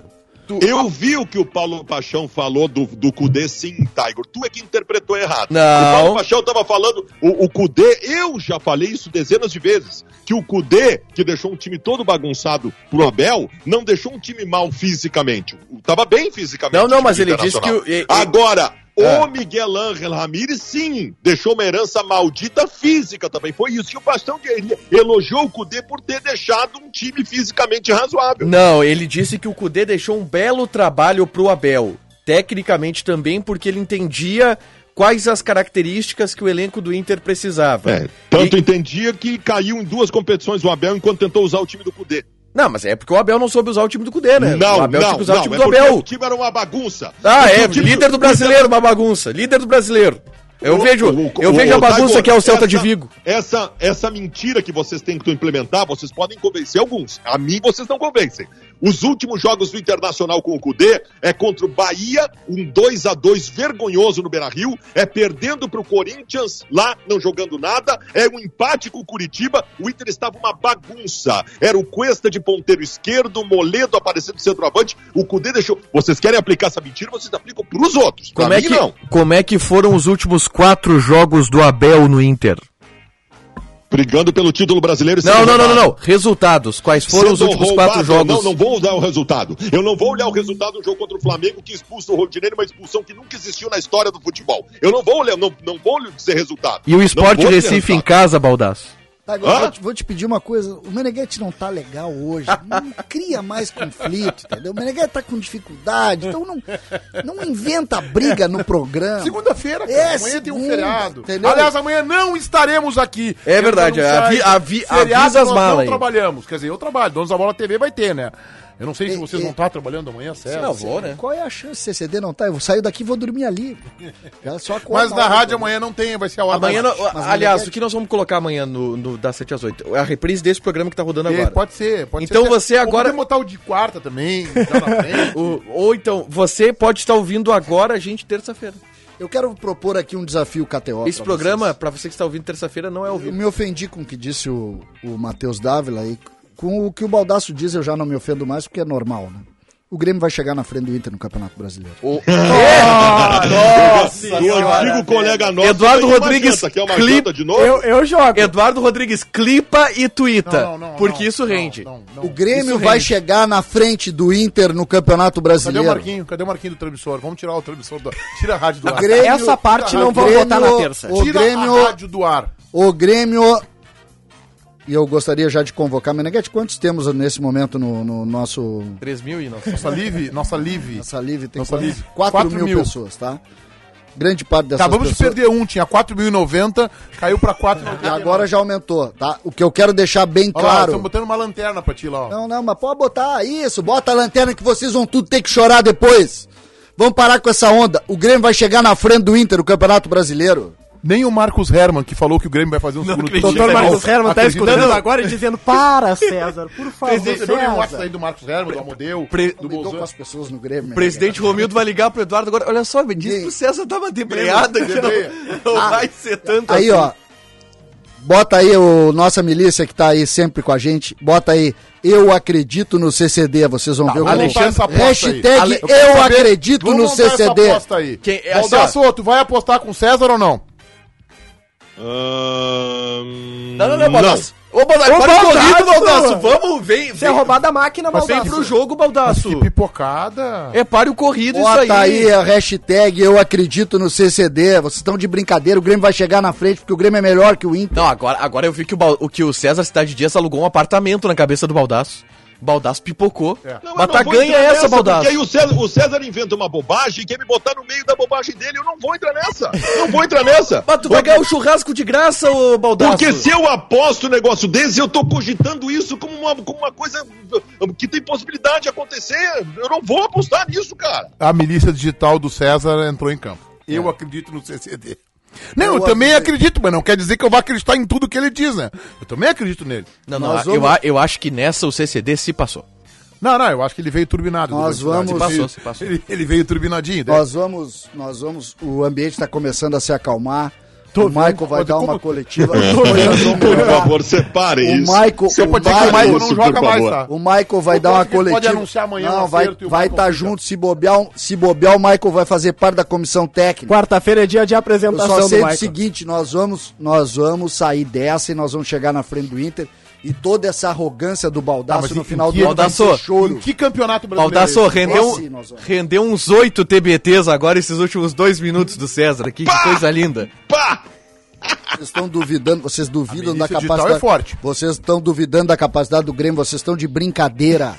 Eu vi o que o Paulo Paixão falou do, do Cudê sim, Tiger. Tu é que interpretou errado. Não. O Paulo Paixão tava falando, o, o Cudê, eu já falei isso dezenas de vezes, que o Cudê, que deixou um time todo bagunçado pro Abel, não deixou um time mal fisicamente. O- Tava bem fisicamente. Não, não, o time mas ele disse internacional. que o- e- Agora, É. o Miguel Ángel Ramírez, sim, deixou uma herança maldita física também. Foi isso que o Paixão que ele elogiou o Cudê por ter deixado um time fisicamente razoável. Não, ele disse que o Cudê deixou um belo trabalho pro Abel. Tecnicamente também, porque ele entendia quais as características que o elenco do Inter precisava. É, tanto E- entendia que caiu em duas competições o Abel enquanto tentou usar o time do Cudê. Não, mas é porque o Abel não soube usar o time do Cudê, né? Não, o Abel não, tinha que usar não, o time é do porque Abel. O time era uma bagunça. Ah, Porque é, o time líder do brasileiro, uma bagunça. Líder do brasileiro. Eu O- vejo, o- eu o- vejo a o- bagunça Tiger, que é o Celta essa- de Vigo. Essa, essa mentira que vocês tentam implementar, vocês podem convencer alguns. A mim, vocês não convencem. Os últimos jogos do Internacional com o Cudê é contra o Bahia, um 2 a 2 vergonhoso no Beira-Rio, é perdendo pro Corinthians lá, não jogando nada, é um empate com o Curitiba, o Inter estava uma bagunça. Era o Cuesta de ponteiro esquerdo, Moledo aparecendo centroavante, o Cudê deixou... Vocês querem aplicar essa mentira, vocês aplicam pros outros. Pra Como é, mim, que, não. como é que foram os últimos quatro jogos do Abel no Inter? Brigando pelo título brasileiro. e Não, sendo não, não, não, roubado. não. Resultados. Quais foram os é Sendo últimos roubado, quatro jogos? Não, não vou olhar o resultado. Eu não vou olhar o resultado do jogo contra o Flamengo que expulsa o Rodinei numa expulsão que nunca existiu na história do futebol. Eu não vou olhar, não, não vou dizer resultado. E o Não Esporte vou dizer Recife em resultado. casa, Baldaço? Tá, agora Hã? vou te, vou te pedir uma coisa. O Meneghete não tá legal hoje. Não cria mais conflito, entendeu? O Meneghete tá com dificuldade. Então não, não inventa briga no programa. Segunda-feira, cara. É, amanhã tem um segunda, feriado. entendeu? Aliás, amanhã não estaremos aqui. É verdade, Eu não avi- saio. avi- Feriado avisa as nós malas não aí. trabalhamos. Quer dizer, eu trabalho. Donos da Bola TV vai ter, né? Eu não sei se E- vocês e- vão estar trabalhando amanhã, certo? Não, vou, né? Qual é a chance? CCD não tá? Eu saio daqui e vou dormir ali. Já só acorda Mas na hora, rádio é entendeu? amanhã não tem, vai ser a hora Amanhã, da... não- mas aliás, não é o que nós vamos colocar amanhã no, no- das 7 às 8? É a reprise desse programa que tá rodando É, agora. Pode ser, pode Então ser. você Ou agora- podemos botar o de quarta também. já na frente. O- ou então, você pode estar ouvindo agora a gente terça-feira. Eu quero propor aqui um desafio KTO. Esse pra programa, pra você que está ouvindo terça-feira, não é ao vocês. Eu vivo. me ofendi com o que disse o, o Matheus Dávila e com o que o Baldaço diz eu já não me ofendo mais porque é normal, né? O Grêmio vai chegar na frente do Inter no Campeonato Brasileiro. O- Nossa! Do antigo colega nosso. Eduardo ganhou uma Rodrigues, janta, que é uma clipe- janta de novo. Eu, eu jogo. Eduardo Rodrigues, clipa e tuita. porque isso rende. Não, não, O não. Grêmio Isso vai rende. chegar na frente do Inter no Cadê Campeonato o Brasileiro. Marquinho? Cadê o Marquinho do transmissor? Vamos tirar o transmissor do... [laughs] Tira a rádio do ar. Grêmio- Essa parte não vão Grêmio- botar na terça. o Tira Grêmio- a rádio do ar. O Grêmio. E eu gostaria já de convocar, Meneghete, quantos temos nesse momento no, no nosso. 3.900. Nossa live, nossa live. Nossa livre tem Nossa quantos? Live. 4, Quatro mil, mil. pessoas, tá? Grande parte dessas Acabamos de pessoas. perder um, tinha 4.090, caiu pra 4.090. E agora já aumentou, tá? O que eu quero deixar bem Olha lá, estão claro. botando uma lanterna pra ti lá, ó. Não, não, mas pode botar isso, bota a lanterna que vocês vão tudo ter que chorar depois. Vamos parar com essa onda. O Grêmio vai chegar na frente do Inter, o Campeonato Brasileiro. Nem o Marcos Herman, que falou que o Grêmio vai fazer um segundo acredito. tempo. O doutor Marcos Herman tá Acredita escutando não? agora e dizendo: [laughs] Para, César, por favor. Presidente, eu li um WhatsApp César. aí do Marcos Herman, do Amodeu, Pre- do Lidou com Bolzano. as pessoas no Grêmio. né? Presidente Romildo vai ligar pro Eduardo agora. Olha só, [laughs] assim. me disse que o César tava debreado que não, não vai ser tanto Aí, ó. Bota aí o nossa milícia que tá aí sempre com a gente. Bota aí, eu acredito no CCD. Vocês vão ver o Tá, vamos que- montar essa aposta aí. Tá Hashtag Ale- eu eu quero acredito Vamos no montar essa CCD. aposta aí. Quem- é assim, Baldasso, tu vai apostar com o César ou não? Ahn, Não, não, não, Baldasso. Ô, Baldasso, Ô, para de Baldasso! corrido, Baldasso. Vamos, vem. Você é Vem, roubado da máquina, vem Baldasso. pro jogo, Baldasso. Que pipocada. É pare o corrido isso Bota aí. tá aí a hashtag eu acredito no CCD. Vocês estão de brincadeira. O Grêmio vai chegar na frente porque o Grêmio é melhor que o Inter. Não, agora, agora eu vi que o, Bal- o que o César Cidade Dias alugou um apartamento na cabeça do Baldasso. Baldasso pipocou. É. Não, Mas eu tá não vou ganha entrar essa, nessa, Baldasso. Porque aí o César, o César inventa uma bobagem e quer me botar no meio da bobagem dele. Eu não vou entrar nessa. Não vou entrar nessa. Mas tu vai ganhar o churrasco de graça, ô Baldasso. Porque se eu aposto um negócio desse, eu tô cogitando isso como uma, como uma coisa que tem possibilidade de acontecer. Eu não vou apostar nisso, cara. A milícia digital do César entrou em campo. Eu acredito no CCD. Não, eu, também acredito, mas não quer dizer que eu vá acreditar em tudo que ele diz, né? Eu também acredito nele. Não, não, Nós eu, vamos- a- eu acho que nessa o CCD se passou. Não, não, eu acho que ele veio turbinado. Nós Dudu, na verdade. vamos- Se passou, se passou. Ele, ele veio turbinadinho. né? Nós vamos, nós vamos, o ambiente está começando a se acalmar. o Michael vai Mas dar como- [laughs] uma coletiva. Nós vamos um Por olhar. favor, separe o isso. Michael- Separe o Michael não isso, joga por mais, favor. tá? O Michael vai Eu dar uma acho que ele coletiva. pode anunciar amanhã Não, um vai acerto e o vai Michael estar fica. junto. Se bobear, um- se bobear, o Michael vai fazer parte da comissão técnica. Quarta-feira é dia de Eu apresentação só do sei o Michael. seguinte, nós vamos, nós vamos sair dessa e nós vamos chegar na frente do Inter e toda essa arrogância do Ah, Baldasso mas no em- final em do que- ano vai Baldasso, ser choro. Em que campeonato brasileiro? Baldasso é esse? rendeu, um- Esse nós vamos. rendeu uns oito TBTs agora, esses últimos dois minutos do César aqui. Que coisa linda. Pá! Vocês estão duvidando, vocês duvidam da milícia digital capacidade. é forte. Vocês estão duvidando da capacidade do Grêmio, vocês estão [laughs] de brincadeira.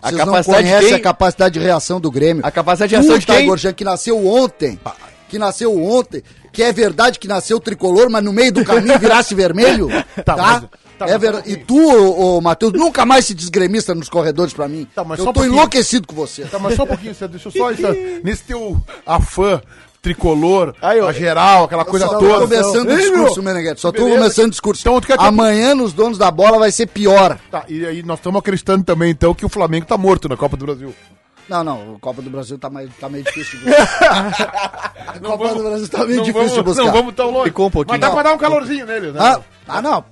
A Vocês não capacidade de conhecem quem? a capacidade de reação do Grêmio. A capacidade de reação de Puta, quem? Gorjan, que nasceu ontem. Que nasceu ontem. Que é verdade que nasceu tricolor, mas no meio do caminho virasse vermelho. Tá? mas- [laughs] tá, é mas ver... só um E tu, ô, ô, Matheus, nunca mais se desgremista nos corredores pra mim. Tá, mas Eu só um tô pouquinho. enlouquecido com você. Tá, mas só um pouquinho, César, deixa eu [laughs] só... Isso, nesse teu afã tricolor, Aí, ó. a geral, aquela coisa só toda. tô começando Ei, o discurso, meu. Meneghete. Só tô Beleza. começando o discurso. Então, tu quer que eu- Amanhã nos donos da bola vai ser pior. Tá, e aí nós estamos acreditando também, então, que o Flamengo tá morto na Copa do Brasil. Não, não, a Copa do Brasil tá, mais, tá meio difícil [laughs] de buscar. a Copa do Brasil tá meio difícil de buscar. Não vamos tão longe. Ficou um pouquinho. Mas dá Não. pra dar um calorzinho nele, né? Ah, ah, não.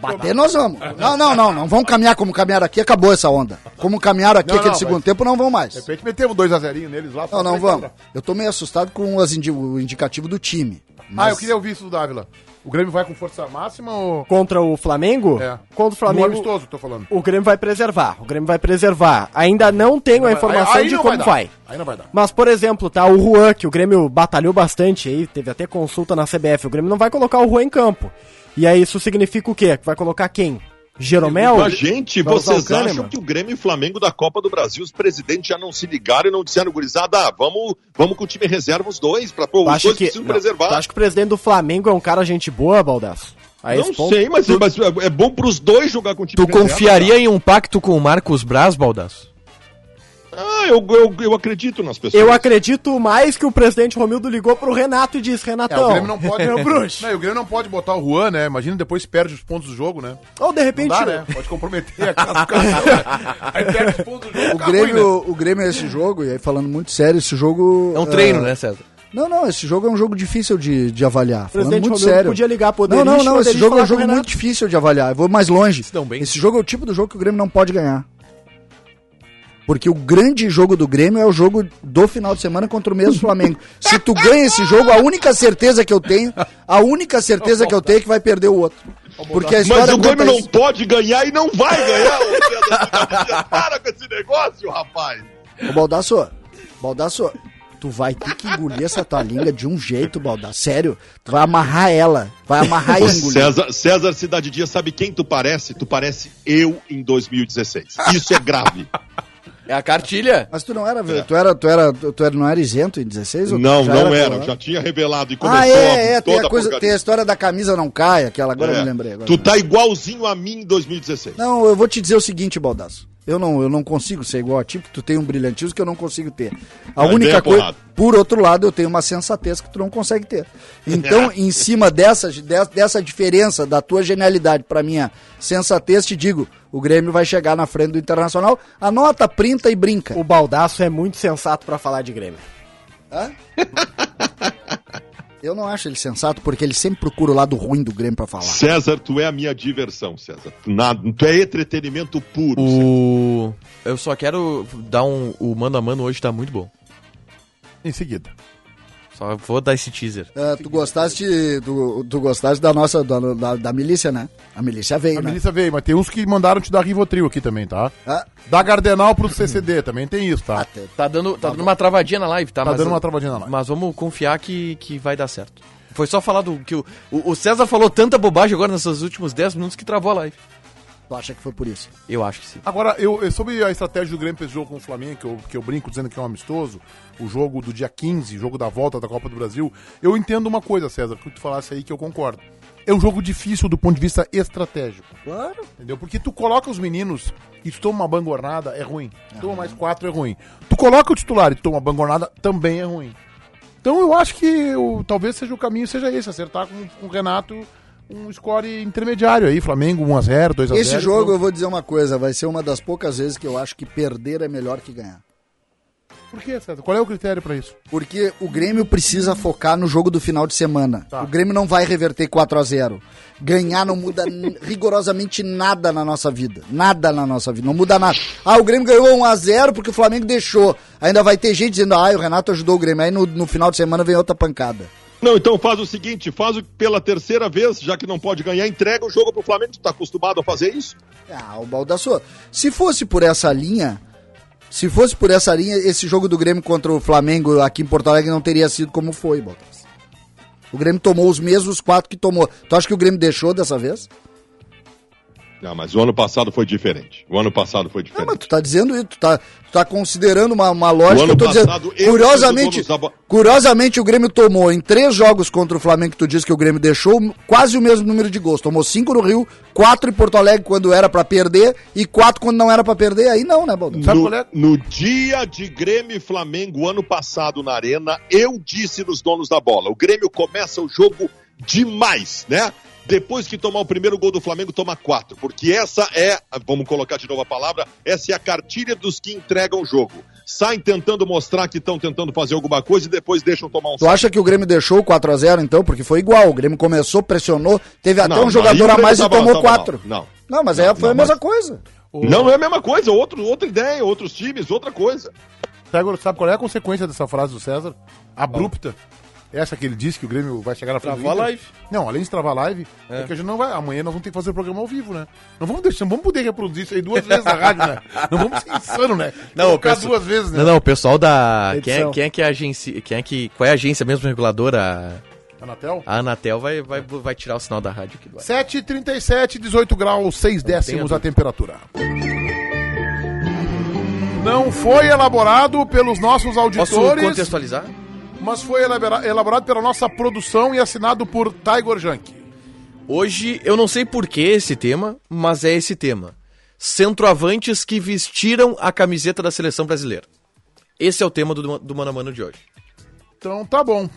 Bater nós vamos. Não, não, não, não. Vamos caminhar como caminharam aqui, acabou essa onda. Como caminharam aqui Não, aquele não, segundo mas- tempo, não vão mais. De repente metemos dois a zerinho neles lá. Não, só não pra vamos. encontrar. Eu tô meio assustado com as indi- o indicativo do time. Ah, eu queria ouvir isso do Dávila. O Grêmio vai com força máxima ou... Contra o Flamengo? É. Contra o No Flamengo. amistoso, tô falando. O Grêmio vai preservar. O Grêmio vai preservar. Ainda não tenho a informação Aí- aí de não como dar. vai. Aí não vai dar. Mas, por exemplo, tá, o Juan, que o Grêmio batalhou bastante aí, teve até consulta na CBF, o Grêmio não vai colocar o Juan em campo. E aí isso significa o quê? Que Vai colocar quem? Jeromel? Mas, gente, Vai usar vocês o Kahneman? acham que o Grêmio e Flamengo da Copa do Brasil, os presidentes já não se ligaram e não disseram, gurizada, ah, vamos, vamos com o time reserva os dois, pra, pô, Tu os acha dois que, precisam não, tu preservar. acha que o presidente do Flamengo é um cara gente boa, Baldasso? A esse Não ponto? sei, mas, mas é é bom pros dois jogar com o time Tu confiaria tá. em um pacto com o Marcos Braz, Baldasso? Ah, eu, eu, eu acredito nas pessoas. Eu acredito mais que o presidente Romildo ligou pro Renato e disse, É, Renatão, o Grêmio não né, pode. Então, [laughs] meu bruxo. Não, e o Grêmio não pode botar o Juan, né? Imagina, depois perde os pontos do jogo, né? Ou de Não repente... dá, né? Pode comprometer a [laughs] classificação. Aí perde os pontos do jogo. O fica Grêmio, ruim, né? o Grêmio é esse jogo, e aí falando muito sério, esse jogo. É um treino, ah, né, César? Não, não, esse jogo é um jogo difícil de, de avaliar. Falando Presidente muito Romildo sério. podia ligar pro Não, não, Oderich, não, o esse Oderich jogo é um falar jogo com o muito difícil de avaliar. Eu vou mais longe. Se dão bem. Esse jogo é o tipo do jogo que o Grêmio não pode ganhar. Porque o grande jogo do Grêmio é o jogo do final de semana contra o [laughs] mesmo Flamengo. Se tu ganha esse jogo, a única certeza que eu tenho, a única certeza que eu tenho é que vai perder o outro. Porque a Mas história o Grêmio conta não isso. pode ganhar e não [laughs] vai ganhar. ô Pedro Miguel. Para com esse negócio, rapaz. Ô, Baldasso, Baldasso, tu vai ter que engolir essa tua língua de um jeito, Baldasso. Sério, tu vai amarrar ela. Vai amarrar e Ô, engolir. César, César Cidade Dias, sabe quem tu parece? Tu parece eu em 2016. Isso é grave. [laughs] É a cartilha. Mas tu não era, velho. Tu era, tu era, tu era, não era isento em 16? ou tu É. Não, já não era. colorado? Eu já tinha revelado e começou Ah, é, a, é, tem a, coisa, porcaria. tem a história da camisa não cai, aquela, agora eu É. me lembrei. Agora. Tu tá igualzinho a mim em 2016. Não, eu vou te dizer o seguinte, Baldasso. Eu não, eu não consigo ser igual a ti, porque tu tem um brilhantismo que eu não consigo ter. A Mas bem única coisa. apurado. Por outro lado, eu tenho uma sensatez que tu não consegue ter. [laughs] Então, em cima dessa, de- dessa diferença da tua genialidade pra minha sensatez, te digo: o Grêmio vai chegar na frente do Internacional, anota, printa e brinca. O Baldasso é muito sensato pra falar de Grêmio. Eu não acho ele sensato, porque ele sempre procura o lado ruim do Grêmio pra falar. César, tu é a minha diversão, César. Tu, na- tu é entretenimento puro. César. O. Eu só quero dar um. O mano a mano hoje tá muito bom. Em seguida. Só vou dar esse teaser. Ah, tu gostaste, tu, tu gostaste da nossa, da, da, da milícia, né? A milícia veio, A né? Melissa veio, mas tem uns que mandaram te dar Rivotril aqui também, tá? Ah, Da Gardenal pro CCD também tem isso, tá? até- Tá dando, tá dando uma travadinha na live, tá? Tá dando uma travadinha na live. Mas vamos confiar que, que vai dar certo. Foi só falar do que o, o, o César falou tanta bobagem agora nesses últimos 10 minutos que travou a live. tu acha que foi por isso? Eu acho que sim. Agora, eu, eu- sobre a estratégia do Grêmio para esse jogo com o Flamengo, que eu, que eu brinco dizendo que é um amistoso, o jogo do dia 15, jogo da volta da Copa do Brasil, eu entendo uma coisa, César, que tu falasse aí que eu concordo. É um jogo difícil do ponto de vista estratégico. Claro. Entendeu? Porque tu coloca os meninos e tu toma uma bangornada, é ruim. Tu Toma mais quatro, é ruim. Tu coloca o titular e tu toma uma bangornada, também é ruim. Então eu acho que o, talvez seja o caminho, seja esse, acertar com, com o Renato um score intermediário aí, Flamengo 1x0, 2x0. Esse jogo, eu vou dizer uma coisa, vai ser uma das poucas vezes que eu acho que perder é melhor que ganhar. Por que, César? Qual é o critério pra isso? Porque o Grêmio precisa focar no jogo do final de semana. O Grêmio não vai reverter 4 a 0 Ganhar não muda n- rigorosamente nada na nossa vida. Nada na nossa vida. Não muda nada. Ah, o Grêmio ganhou 1 a 0 porque o Flamengo deixou. Ainda vai ter gente dizendo, ah, o Renato ajudou o Grêmio. Aí no, no final de semana vem outra pancada. Não, então faz o seguinte, faz o, pela terceira vez, já que não pode ganhar, entrega o jogo pro Flamengo. Tu tá acostumado a fazer isso? Ah, o Baldassou. Se fosse por essa linha, se fosse por essa linha, esse jogo do Grêmio contra o Flamengo aqui em Porto Alegre não teria sido como foi, Baldassou. O Grêmio tomou os mesmos quatro que tomou. Tu acha que o Grêmio deixou dessa vez? Não, mas o ano passado foi diferente. O ano passado foi Não, diferente. mas tu tá dizendo isso, tu tá, tu tá considerando uma, uma lógica É, O que eu tô ano passado, dizendo. eu Curiosamente, fiz o bônus da bo- curiosamente, o Grêmio tomou em três jogos contra o Flamengo que tu diz que o Grêmio deixou quase o mesmo número de gols. Tomou cinco no Rio, quatro em Porto Alegre quando era pra perder e quatro quando não era pra perder. Aí não, né, Baldão? Sabe no, qual é? no dia de Grêmio e Flamengo, ano passado na Arena, eu disse nos donos da bola: o Grêmio começa o jogo demais, né? Depois que tomar o primeiro gol do Flamengo, toma quatro. Porque essa é, vamos colocar de novo a palavra, essa é a cartilha dos que entregam o jogo. Saem tentando mostrar que estão tentando fazer alguma coisa e depois deixam tomar um Tu acha que o Grêmio deixou o 4x0 então? Porque foi igual. O Grêmio começou, pressionou, teve até um aí o jogador a Grêmio mais e tava- tomou tava quatro. mal. Não. Não, mas aí foi a não, mesma coisa. Não é a mesma coisa, outro, outra ideia, outros times, outra coisa. Sabe, sabe qual é a consequência dessa frase do César? Abrupta. Essa que ele disse que o Grêmio vai chegar na frente Travou do Ah. a Inter. Não, além de travar a live, é. que a gente não vai. Amanhã nós vamos ter que fazer o programa ao vivo, né? Não vamos deixar, não vamos poder reproduzir isso aí duas vezes na rádio, né? Não vamos ser insano, né? [laughs] Não, Colocar eu penso- duas vezes, né? Não, não, o pessoal da. Quem é, Edição. quem é que é a agência. Quem é que, qual é a agência mesmo reguladora? Anatel? A Anatel vai, vai, vai tirar o sinal da rádio aqui do ar. 7h37, 18 graus, 6 décimos a temperatura. Não foi elaborado pelos nossos auditores. Posso contextualizar? mas foi elabora- elaborado pela nossa produção e assinado por Tiger Junk. Hoje, eu não sei por que esse tema, mas é esse tema. Centroavantes que vestiram a camiseta da seleção brasileira. Esse é o tema do, do Mano a Mano de hoje. Então tá bom.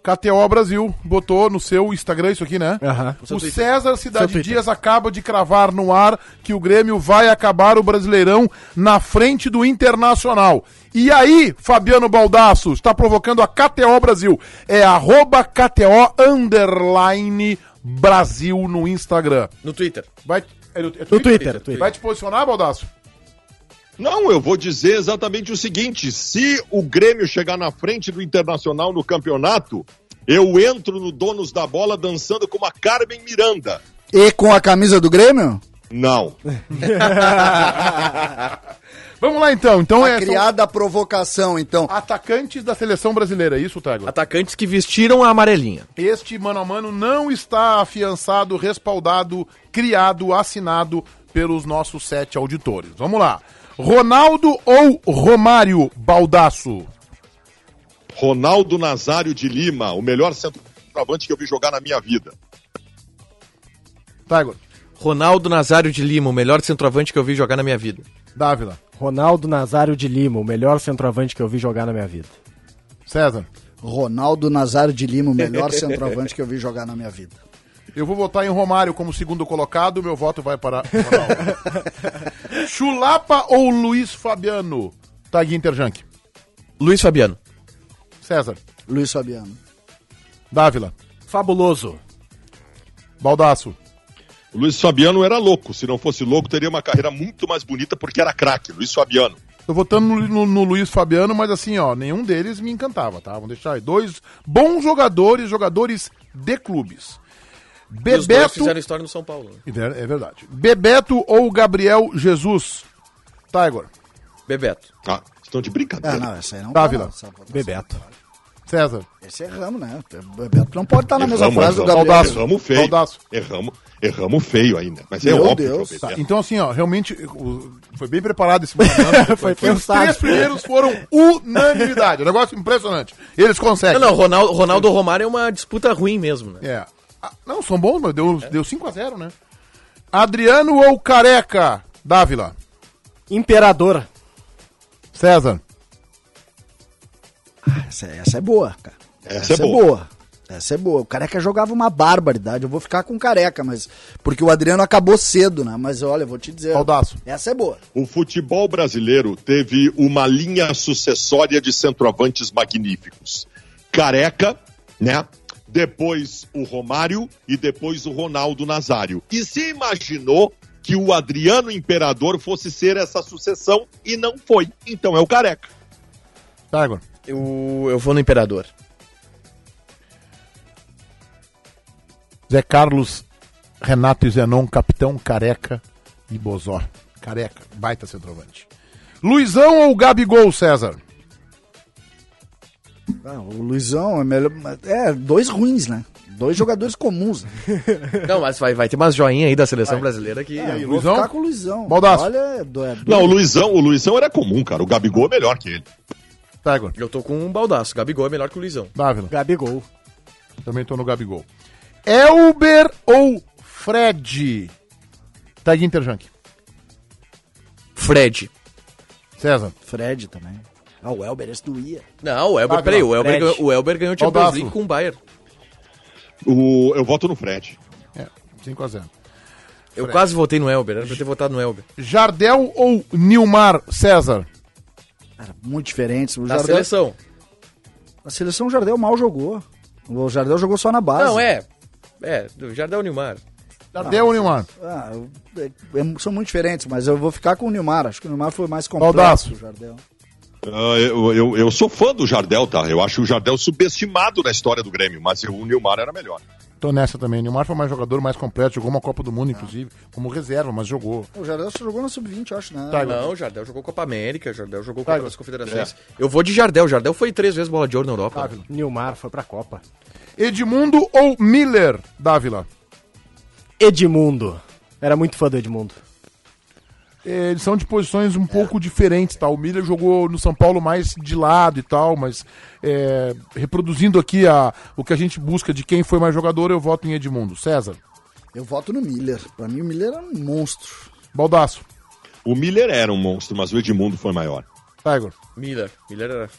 KTO Brasil botou no seu Instagram isso aqui, né? Aham. O César Seu Cidade Twitter. Dias acaba de cravar no ar que o Grêmio vai acabar o Brasileirão na frente do Internacional. E aí, Fabiano Baldasso, está provocando a KTO Brasil. É arroba KTO underline Brasil no Instagram. No Twitter. Vai, é no, é No Twitter, Twitter. Vai te posicionar, Baldasso? Não, eu vou dizer exatamente o seguinte: se o Grêmio chegar na frente do Internacional no campeonato, eu entro no Donos da Bola dançando como a Carmen Miranda. E com a camisa do Grêmio? Não. Vamos lá então. Então é. Tá são criada a provocação, então. Atacantes da seleção brasileira, é isso, Tago? Atacantes que vestiram a amarelinha. Este mano a mano não está afiançado, respaldado, criado, assinado pelos nossos sete auditores. Vamos lá. Ronaldo ou Romário Baldasso? Ronaldo Nazário de Lima, o melhor centroavante que eu vi jogar na minha vida. Tiger. Ronaldo Nazário de Lima, o melhor centroavante que eu vi jogar na minha vida. Dávila. Ronaldo Nazário de Lima, o melhor centroavante que eu vi jogar na minha vida. César. Ronaldo Nazário de Lima, o [laughs] melhor centroavante que eu vi jogar na minha vida. Eu vou votar em Romário como segundo colocado, meu voto vai para [laughs] Ronaldo. Chulapa ou Luiz Fabiano? Tag Interjunk. Luiz Fabiano. César. Luiz Fabiano. Dávila. Fabuloso. Baldaço. O Luiz Fabiano era louco. Se não fosse louco, teria uma carreira muito mais bonita porque era craque. Luiz Fabiano. Tô votando no, no- no Luiz Fabiano, mas assim, ó, nenhum deles me encantava, tá? Vamos deixar aí. Dois bons jogadores, jogadores de clubes. E os dois Bebeto. fizeram história no São Paulo. né? É verdade. Bebeto ou Gabriel Jesus? Tá, Tiger. Bebeto. Ah, estão de brincadeira. Ah, não, essa aí não Dávila. não, essa- Bebeto. César. Esse é ramo, né? Bebeto não pode estar é na mesma Erramos, frase do erramos, Gabriel. erramos feio. Baldaço. Erramos, erramos feio ainda. Mas é Meu óbvio Deus. que eu Tá, bebeto. então assim, ó, realmente o- foi bem preparado [laughs] esse movimento. Foi Os pensado. três primeiros foram unanimidade. Um negócio impressionante. Eles conseguem. Não, não, Ronaldo, Ronaldo Romário é uma disputa ruim mesmo, né? É. Ah, não, são bons, mas deu, É. deu 5x0, né? Adriano ou Careca? Dávila. Imperador. César. Essa, essa é boa, cara. Essa é boa. Essa é boa. O careca jogava uma barbaridade. Eu vou ficar com o careca, mas. Porque o Adriano acabou cedo, né? Mas olha, eu vou te dizer. Baldaço. Essa é boa. O futebol brasileiro teve uma linha sucessória de centroavantes magníficos. Careca, né? Depois o Romário e depois o Ronaldo Nazário. E se imaginou que o Adriano Imperador fosse ser essa sucessão e não foi. Então é o Careca. Tiger. Eu, eu vou no Imperador. Zé Carlos, Renato e Zenon, Capitão, Careca e Bozó. Careca, baita centroavante. Luizão ou Gabigol, César? Ah, o Luizão é melhor. É, dois ruins, né? Dois jogadores comuns. Né? Não, mas vai, vai É. ter umas joinhas aí da seleção brasileira que. aí, Eu vou Luizão? ficar com o Luizão. Baldasso. Olha, é do- é do- Não, o Luizão, o Luizão era comum, cara. O Gabigol é melhor que ele. Tiger. Eu tô com um baldaço. Gabigol é melhor que o Luizão. Dávila. Gabigol. Também tô no Gabigol. Elber ou Fred? Tag Interjunk. Fred. César. Fred também. Ah, o Elber, esse doía. Não, o Elber. Gabigol, Peraí, o Elber, Fred. ganhou- o Elber ganhou o Champions Baldaço. League com o Bayern. O, eu voto no Fred. É, 5x0. Eu quase votei no Elber. Era pra eu ter votado no Elber. Jardel ou Nilmar, César? Cara, tá muito diferentes. O Da Jardel, seleção. A seleção o Jardel mal jogou. O Jardel jogou só na base. Não, é. É, do Jardel Nilmar. Jardel ou Nilmar? Ah, eu- é- é- são muito diferentes, mas eu vou ficar com o Nilmar. Acho que o Nilmar foi mais completo Baldasso. que o Jardel. Ah, eu, eu, eu sou fã do Jardel, tá? Eu acho o Jardel subestimado na história do Grêmio, mas o Nilmar era melhor. Tô nessa também. Nilmar foi mais jogador, mais completo. Jogou uma Copa do Mundo, inclusive, como reserva, mas jogou. O Jardel só jogou na sub-20, eu acho, né? Tá, Não, o Jardel jogou Copa América, o Jardel jogou Tá, Copa das É. Confederações. Eu vou de Jardel. O Jardel foi três vezes bola de ouro na Europa. né? Nilmar foi pra Copa. Edmundo ou Miller, Dávila? Edmundo. Era muito fã do Edmundo. É, eles são de posições um pouco diferentes, tá? O Miller jogou no São Paulo mais de lado e tal, mas é, reproduzindo aqui a, o que a gente busca de quem foi mais jogador, eu voto em Edmundo. César, Eu voto no Miller. Pra mim, o Miller era um monstro. Baldaço, O Miller era um monstro, mas o Edmundo foi maior. Tiger. Miller. Miller era.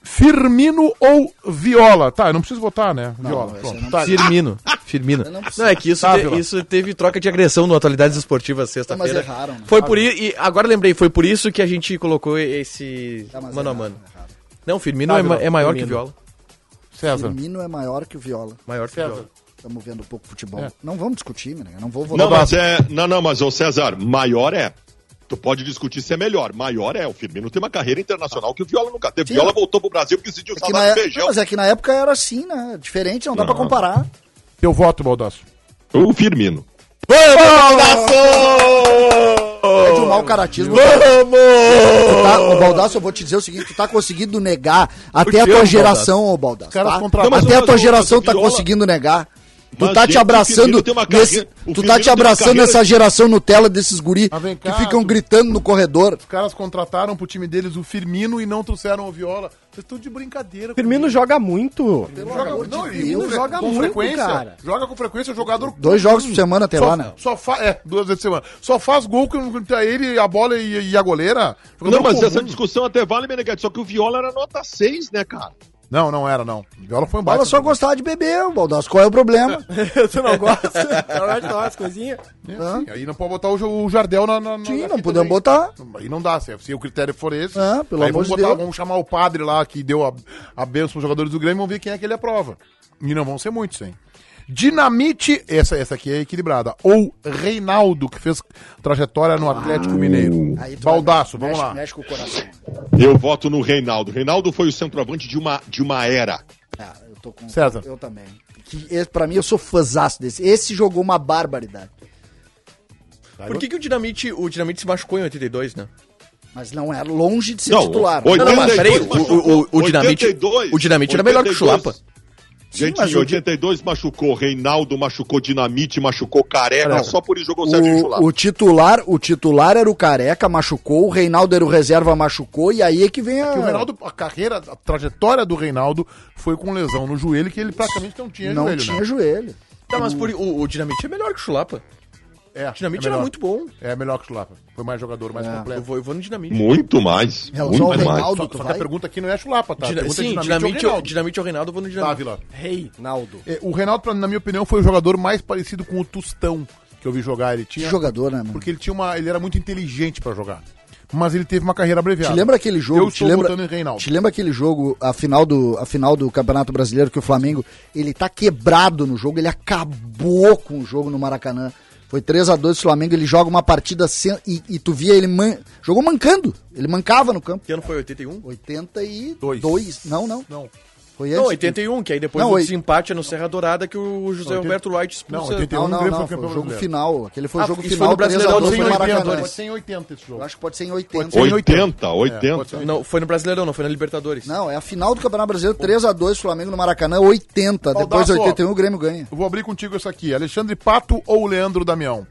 Firmino ou Viola? Tá, eu não preciso votar, né? Viola. essa pronto. não Tá, [laughs] Firmino. Firmino. Eu não Não, preciso. é que isso, Tá, te- Vila. isso teve troca de agressão no Atualidades Esportivas sexta-feira. Tá, mas erraram, né? Foi por isso. Agora lembrei, foi por isso que a gente colocou esse Tá, mas mano a errado, mano. errado. Não, Firmino Tá, é, ma- Vila, é maior que Firmino. Viola. César. Firmino é maior que o Viola. Maior que Viola. Estamos vendo pouco futebol. É. Não vamos discutir, né? Eu Não vou votar. Não, mas é. Não, não, mas ô César, maior é. Tu pode discutir se é melhor. Maior é. O Firmino tem uma carreira internacional que o Viola nunca teve. Sim. Viola voltou pro Brasil porque sentiu É que saudade na de é- feijão. Não, mas é que na época era assim, né? Diferente, não, dá pra comparar. Teu voto, Baldaço. O Firmino. É de um mau caratismo. Tu tá, ô, Baldasso, eu vou te dizer o seguinte: tu tá conseguindo negar até a te tua amo, geração, ô Baldasso. caras tá? contratam- Não, mas Até a o- tua mas o geração tá Viola- conseguindo negar. Tu Mas, tá gente, te o abraçando. Firmino tem uma nesse- carreira- o Tu Firmino tá te tem uma abraçando carreira- essa geração Nutella desses guri Ah, vem que cá, ficam tu- gritando no corredor. Os caras contrataram pro time deles o Firmino e não trouxeram o Viola. Vocês estão de brincadeira. Firmino joga muito. Ele joga, não, ele Deus, com fre- joga com muito, frequência. cara. Joga com frequência, é jogador. Dois jogos por semana até lá, Só, né? só fa... É, duas vezes por semana. Só faz gol que não tá ele, a bola e, e a goleira. Jogador Não, mas comum. essa discussão até vale, Meneghete, só que o Viola era nota 6, né, cara? Não, não era, não. Viola foi um Ela baita. só gostava de beber, o Baldassi. Qual é [laughs] o problema? tu não gosta? [laughs] Não gosta de tomar as coisinhas? É, sim, aí não pode botar o, Jo- o Jardel na. na, na Sim, na não fita podemos daí. botar. Aí não dá, se, é- se o critério for esse. Ah, pelo aí amor vamos de Deus. Vamos chamar o padre lá que deu a, a benção aos jogadores do Grêmio e vamos ver quem é que ele aprova. E não vão ser muitos, hein? Dinamite, essa, essa aqui é equilibrada. Ou Reinaldo, que fez trajetória no Atlético Mineiro. Baldaço, vamos lá. Mexe com o coração. Eu voto no Reinaldo. Reinaldo foi o centroavante de uma, de uma era. Ah, eu tô com. César. Eu também. Que, esse, pra mim, eu sou fãzaço desse. Esse jogou uma barbaridade. Por que, que o Dinamite o Dinamite se machucou em 82, né? Mas não é longe de ser Não, titular. oito- Não, não, mas 82 peraí, o, o, o, o Dinamite, 82, o Dinamite era melhor que o 82. Chulapa. Gente, mas em o- 82 machucou Reinaldo, machucou Dinamite, machucou Careca, só por isso jogou o Sérgio Chulapa. O, o titular, o titular era o Careca, machucou, o Reinaldo era o reserva, machucou, e aí é que vem a... né? Porque o Reinaldo, a carreira, a trajetória do Reinaldo foi com lesão no joelho, que ele praticamente não tinha não joelho, tinha né? joelho. Tá, mas por, o, o Dinamite é melhor que o Chulapa. É, O Dinamite é era melhor. muito bom. É. É melhor que o Chulapa. Foi mais jogador, mais Eu completo. vou, eu vou no Dinamite. Muito mais. Não, muito só o mais. Reinaldo. Só, tu só que vai? a pergunta aqui não é chulapa, tá? A Dina- pergunta é Sim, Dinamite ou Dinamite, ou Reinaldo. Dinamite ou Reinaldo, eu vou no Tá, Dinamite. Vila. Rei Naldo. É, O Reinaldo, pra- na minha opinião, foi o jogador mais parecido com o Tostão que eu vi jogar. Ele Que tinha. jogador, né, mano? Porque ele tinha uma. Ele era muito inteligente pra jogar. Mas ele teve uma carreira abreviada. Te lembra aquele jogo? Eu te estou lembra, votando em Reinaldo. Te lembra aquele jogo, a final, do, a final do Campeonato Brasileiro, que o Flamengo, ele tá quebrado no jogo, ele acabou com o jogo no Maracanã. Foi 3 a 2 o Flamengo, ele joga uma partida sem- e, e tu via ele man- jogou mancando. Ele mancava no campo. Que ano foi 81? 82. Dois. Não, não. Não. Foi Não, antes. 81, que aí depois Não, do oi- desempate é no Serra Dourada que o José Não, Roberto Roberto Wright expulsa. Não, 81. Não, não, o Grêmio não. foi Foi o campeão jogo brasileiro. final. Aquele foi o Ah, jogo isso final, foi no 3 a Brasileirão 2 de no 80, Maracanã. Pode ser em 80 esse Eu jogo. acho que pode ser em 80. ser em 80, 80. pode ser. Não, foi no Brasileirão, não, foi na Libertadores. Não, é a final do Campeonato Brasileiro, 3x2, Flamengo no Maracanã, 80. Depois de Baldasso, ó. 81, o Grêmio ganha. Eu vou abrir contigo essa aqui. Alexandre Pato ou Leandro Damião?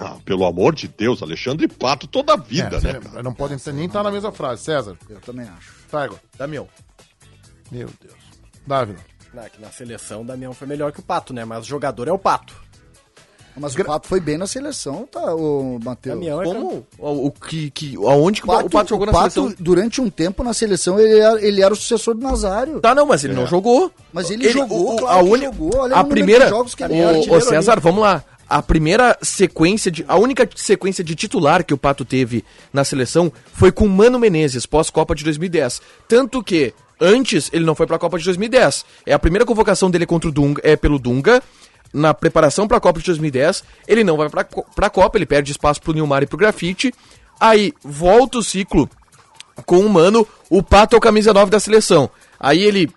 Ah, pelo amor de Deus, Alexandre Pato toda a vida, você né? lembra, Não podem ser- nem estar na mesma frase. César, Eu também acho. Taigo. Damião. Meu Deus. Dávila. Na, né, que na seleção, o Damião foi melhor que o Pato, né? Mas jogador é o Pato. Mas o Pato foi bem na seleção, tá, o Matheus? Damião é campeão. Como? O, o que, que, aonde que o Pato, jogou na Pato, seleção? durante um tempo na seleção, ele era, ele era o sucessor do Nazário. Tá, não, mas ele não jogou. Mas ele jogou, o, o, claro a que uni- jogou, olha o a número de primeira, jogos que ele é o, artilheiro César, vamos lá. A primeira sequência de, a única sequência de titular que o Pato teve na seleção foi com Mano Menezes pós Copa de 2010. Tanto que antes ele não foi pra Copa de 2010. É a primeira convocação dele contra o Dunga, é pelo Dunga. Na preparação pra Copa de 2010, ele não vai pra, co- pra Copa, ele perde espaço pro Nilmar e pro Grafite. Aí volta o ciclo com o Mano, o Pato é o camisa 9 da seleção. Aí ele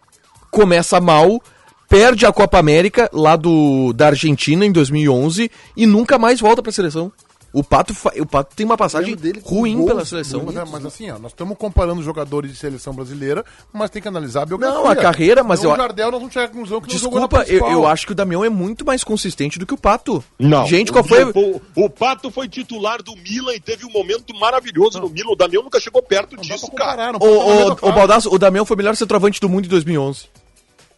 começa mal, perde a Copa América lá do da Argentina em 2011 e nunca mais volta pra seleção. O Pato, fa- o Pato tem uma passagem lembro dele com ruim gols pela seleção. Mas, é- mas assim, ó, nós estamos comparando jogadores de seleção brasileira, mas tem que analisar a biografia. Não, a carreira, mas Não, eu- O Jardel, nós vamos chegar à conclusão que não jogou na Desculpa, eu, principal. eu acho que o Damião é muito mais consistente do que o Pato. Não. Gente, qual foi? O, o Pato foi titular do Milan e teve um momento maravilhoso no Milan. O Damião nunca chegou perto Não dá disso, pra comparar, cara. não O, pode falar a o, mesma o frase. Baldasso, o Damião foi o melhor centroavante do mundo em 2011.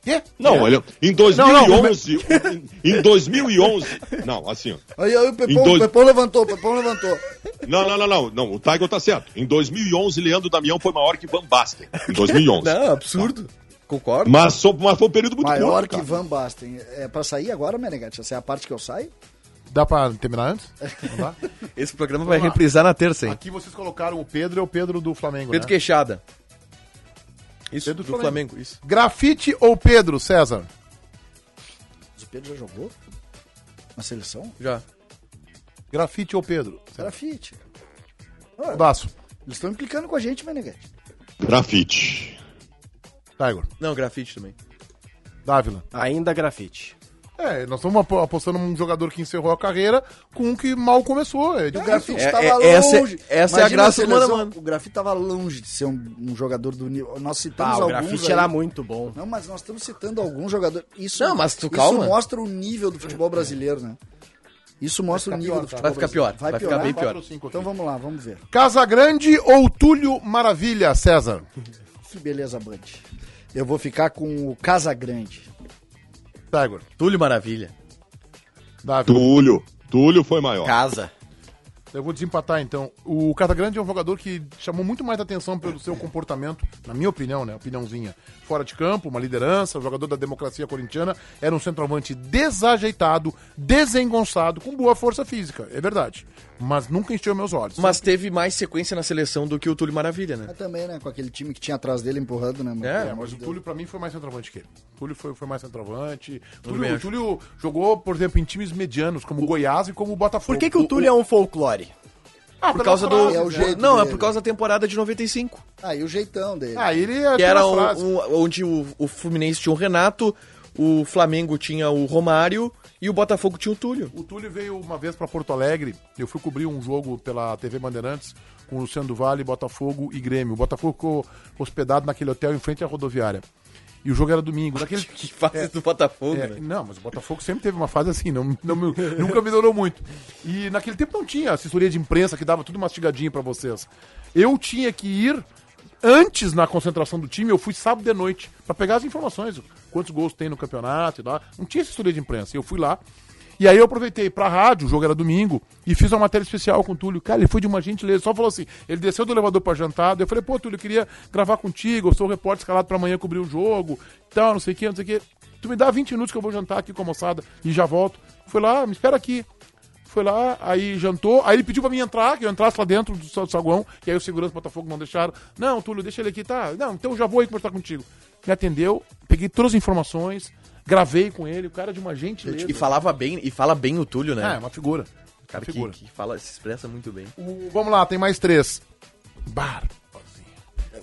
Quê? Não, olha, em 2011, em em 2011, não, assim, ó. Aí, aí o Pepão, Em dois- o Pepão levantou, o Pepão levantou. não, não, não, não, não, o Tiger tá certo. Em 2011, Leandro Damião foi maior que Van Basten, em 2011. [laughs] absurdo. Concordo. Mas, so- mas foi um período muito Maior curto, que cara. Van Basten. É pra sair agora, Menegatti? Essa é a parte que eu saio? Dá pra terminar antes? Não dá? [laughs] Esse programa vai reprisar na terça, hein? Aqui vocês colocaram o Pedro, é o Pedro do Flamengo, Pedro né? Queixada. Isso, Pedro do Flamengo. isso. Grafite ou Pedro, César? Mas o Pedro já jogou? Na seleção? Já. Grafite ou Pedro? Grafite. Baldaço. Eles estão implicando com a gente, né, Menegatti. Grafite. Tiger. Não, grafite também. Dávila. Ainda grafite. É, nós estamos apo- apostando num jogador que encerrou a carreira com um que mal começou. É, de O grafite é- tava é- essa é- longe. essa é a Imagina graça do seleção, Mano, mano. O grafite tava longe de ser um, um jogador do nível. Nós citamos Tá, o alguns. grafite aí. era muito bom. Não, mas nós estamos citando algum jogador. Isso, Não, mas tu isso calma. mostra o nível do futebol brasileiro, né? Isso mostra o nível do futebol Vai ficar pior. brasileiro. Vai, ficar piorar? bem Quatro pior. ou cinco aqui. Então vamos lá, vamos ver. Casagrande ou Túlio Maravilha, César? Que beleza, Band. Eu vou ficar com o Casagrande. Tiger. Túlio Maravilha. Dávila. Túlio. Túlio foi maior. Casa. Eu vou desempatar então. O Catagrande é um jogador que chamou muito mais atenção pelo seu comportamento, na minha opinião, né? Opiniãozinha. Fora de campo, uma liderança, um jogador da democracia corintiana, era um centroavante desajeitado, desengonçado, com boa força física, é verdade. Mas nunca encheu meus olhos. Mas teve mais sequência na seleção do que o Túlio Maravilha, né? Mas também, né? Com aquele time que tinha atrás dele empurrando, né? mano? É, É, mas o Túlio pra mim foi mais centroavante que ele. O Túlio foi, foi mais centroavante. bem, Túlio, o acho. Túlio jogou, por exemplo, em times medianos, como o Goiás e como o Botafogo. Por que, que o Túlio é um folclore? Ah, Por causa do. É o jeito não, é dele. por causa da temporada de 95. Ah, e o jeitão dele. Ah, ele é Que era uma um- frase. um- onde o, o Fluminense tinha o Renato, o Flamengo tinha o Romário e o Botafogo tinha o Túlio. [laughs] O Túlio veio uma vez pra Porto Alegre. Eu fui cobrir um jogo pela TV Bandeirantes com o Luciano do Vale, Botafogo e Grêmio. O Botafogo ficou hospedado naquele hotel em frente à rodoviária. E o jogo era domingo. [laughs] Naquele... Que fase do Botafogo, É, né? não, mas o Botafogo sempre teve uma fase assim, não, não me- [laughs] nunca melhorou muito. E naquele tempo não tinha assessoria de imprensa que dava tudo mastigadinho pra vocês. Eu tinha que ir antes na concentração do time, eu fui sábado de noite pra pegar as informações, quantos gols tem no campeonato e lá. Não tinha assessoria de imprensa. Eu fui lá. E aí eu aproveitei pra rádio, o jogo era domingo, e fiz uma matéria especial com o Túlio. Cara, ele foi de uma gentileza, só falou assim, ele desceu do elevador pra jantar, daí eu falei, pô, Túlio, eu queria gravar contigo, eu sou o repórter escalado pra amanhã cobrir o jogo, tal, não sei o que, não sei o que. Tu me dá 20 minutos que eu vou jantar aqui com a moçada e já volto. Foi lá, me espera aqui. Foi lá, aí jantou, aí ele pediu pra mim entrar, que eu entrasse lá dentro do sa- saguão, e aí o segurança do Botafogo não deixaram. Não, Túlio, deixa ele aqui, tá? Não, então eu já vou aí conversar contigo. Me atendeu, peguei todas as informações, gravei com ele, o cara é de uma gentileza. E falava bem, e fala bem o Túlio, né? Ah, é uma figura. cara que, figura. que fala, se expressa muito bem. O- vamos lá, tem mais três. Bar.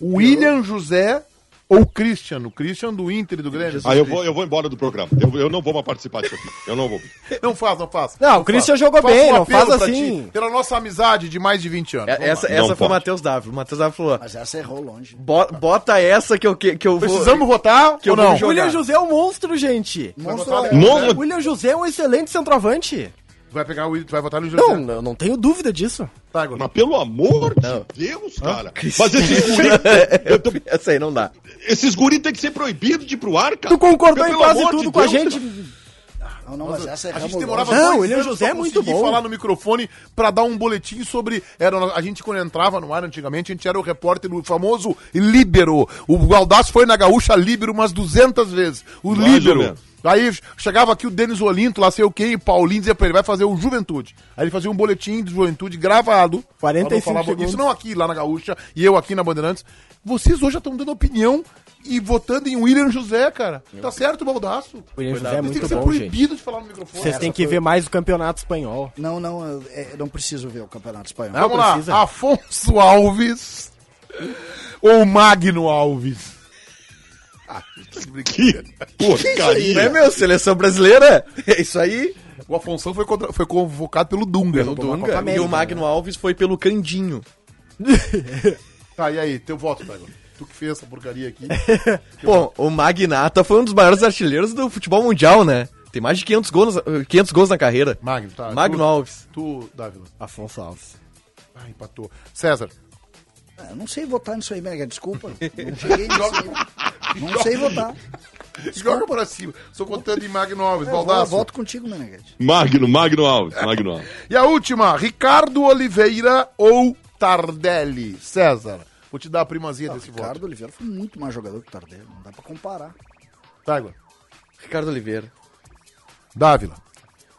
William José ou Christian? O Christian do Inter e do Grêmio. Ah, eu vou, eu vou embora do programa. Eu, eu não vou mais participar disso aqui. Eu não vou. Não faz, não faz. Não, o Christian jogou Faço um bem, não apelo faz pra assim. ti, pela nossa amizade de mais de 20 anos. É- essa lá. essa Não foi o pode. Matheus Dávila. O Matheus Dávila falou: Mas essa errou longe. "Bo- bota essa que eu, que, que eu vou. [laughs] Precisamos votar que ou eu vou não? O jogar. William José é um monstro, gente. Monstro, botar- é- O Não, William José é um excelente centroavante. Vai pegar o Will- tu vai votar no José. Não, eu não tenho dúvida disso. Tá, agora. mas pelo amor de Deus, cara. Mas [laughs] esses guri, eu tô- Essa aí não dá. esses guri tem que ser proibidos de ir pro ar, cara. Tu concordou Pelo em quase amor tudo de com a Deus, gente. Não, não, mas essa A erramos gente longe. demorava Não, dois o William anos José pra é muito conseguir bom. falar no microfone pra dar um boletim sobre. Era, a gente, quando entrava no ar antigamente, a gente era o repórter, o famoso líbero. O Galdassi foi na Gaúcha líbero umas 200 vezes. O Mais ou líbero. menos. Aí chegava aqui o Denis Olinto, lá sei o quem, o Paulinho dizia pra ele, vai fazer o Juventude. Aí ele fazia um boletim de Juventude gravado. 45 Falava- segundos. Isso não aqui, lá na Gaúcha, e eu aqui na Bandeirantes. Vocês hoje já estão dando opinião e votando em William José, cara. Tá certo, Baldaço? O William José é Vocês têm que muito ser bom, gente. proibido de falar no microfone. Vocês têm que ver mais o campeonato espanhol. Não, não, eu, é, eu não preciso ver o Campeonato Espanhol. Vamos Não lá, precisa. Afonso Alves ou Magno Alves? Que porcaria. né? É, meu, seleção brasileira? É isso aí. O Afonso foi, contra- foi convocado pelo Dunga. Pra- O pra- Dunga. E América, o Magno Alves foi pelo Candinho. Tá, e aí, teu voto, Taylor? Tu que fez essa porcaria aqui. Bom, o Magnata foi um dos maiores artilheiros do futebol mundial, né? Tem mais de 500 gols, eh, 500 gols na carreira. Magno, tá. Magno Alves. Tu, tu Dávila. Afonso Alves. Ah, empatou. César. Ah, eu não sei votar nisso aí, [laughs] Merga, desculpa. Não cheguei nisso aí. Não sei votar. Joga pra cima. Estou contando em Magno Alves, Eu vou- Baldaço. voto contigo, Meneghete. Magno, Magno Alves, Magno Alves. E a última, Ricardo Oliveira ou Tardelli? César. Vou te dar a primazia desse Ricardo voto. Oliveira foi muito mais jogador que o Tardelli. Não dá pra comparar. Taylor. Ricardo Oliveira. Dávila.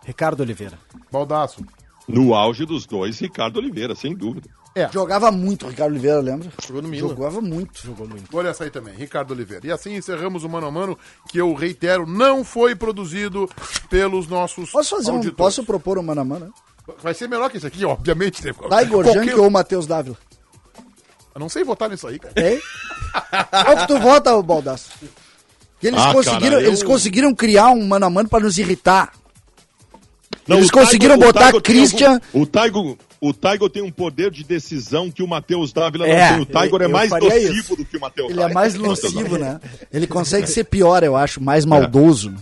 Ricardo Oliveira. Baldaço. No auge dos dois, Ricardo Oliveira, sem dúvida. É. Jogava muito o Ricardo Oliveira, lembra? Jogou no Milan. Jogava muito. Jogou muito. Olha essa aí também, Ricardo Oliveira. E assim encerramos o Mano a Mano, que eu reitero, não foi produzido pelos nossos Posso fazer um, auditores. posso propor um mano a mano? Vai ser melhor que esse aqui, obviamente. né? Tiger Qualquer- Junk ou [laughs] Matheus Dávila? Eu não sei votar nisso aí, cara. Hein? Qual que tu vota, ô Baldaço? Que Eles, Ah, conseguiram, cara, eu- eles conseguiram criar um mano a mano pra nos irritar. Não, Eles o Taigo- conseguiram o botar Taigo tem Christian- algum- O Taigo, o Taigo tem um poder de decisão que o Matheus Dávila não É, tem. O Taigo eu- é eu mais faria nocivo isso. do que o Matheus Ele é [laughs] mais Matheus nocivo, né? Ele consegue ser pior, eu acho, mais maldoso.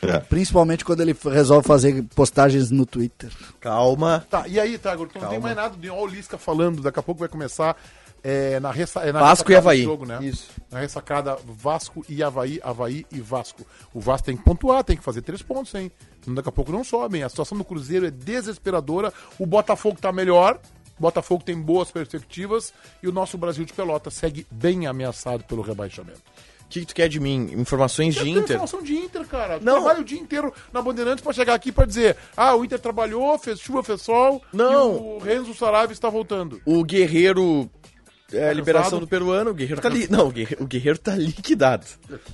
É. Principalmente quando ele f- resolve fazer postagens no Twitter. Calma. Tá, e aí, Tagor, tu não tem mais nada de Olisca falando, daqui a pouco vai começar. é, na, ressa, é na Vasco e ressacada Avaí. do Jogo, né? Isso. Na ressacada Vasco e Havaí, Havaí e Vasco. O Vasco tem que pontuar, tem que fazer três pontos, hein? Senão Daqui a pouco não sobem. A situação do Cruzeiro é desesperadora. O Botafogo tá melhor. O Botafogo tem boas perspectivas. E o nosso Brasil de Pelota segue bem ameaçado pelo rebaixamento. O que, que tu quer de mim? Informações de Tem Inter? informação de Inter, cara. Tu Não. Trabalha o dia inteiro na Bandeirantes pra chegar aqui pra dizer: ah, o Inter trabalhou, fez chuva, fez sol. Não. E o Renzo Saraiva está voltando. O Guerreiro. é, Tá liberação cansado? do peruano, o Guerreiro tá li... Não, o Guerreiro, o Guerreiro tá liquidado.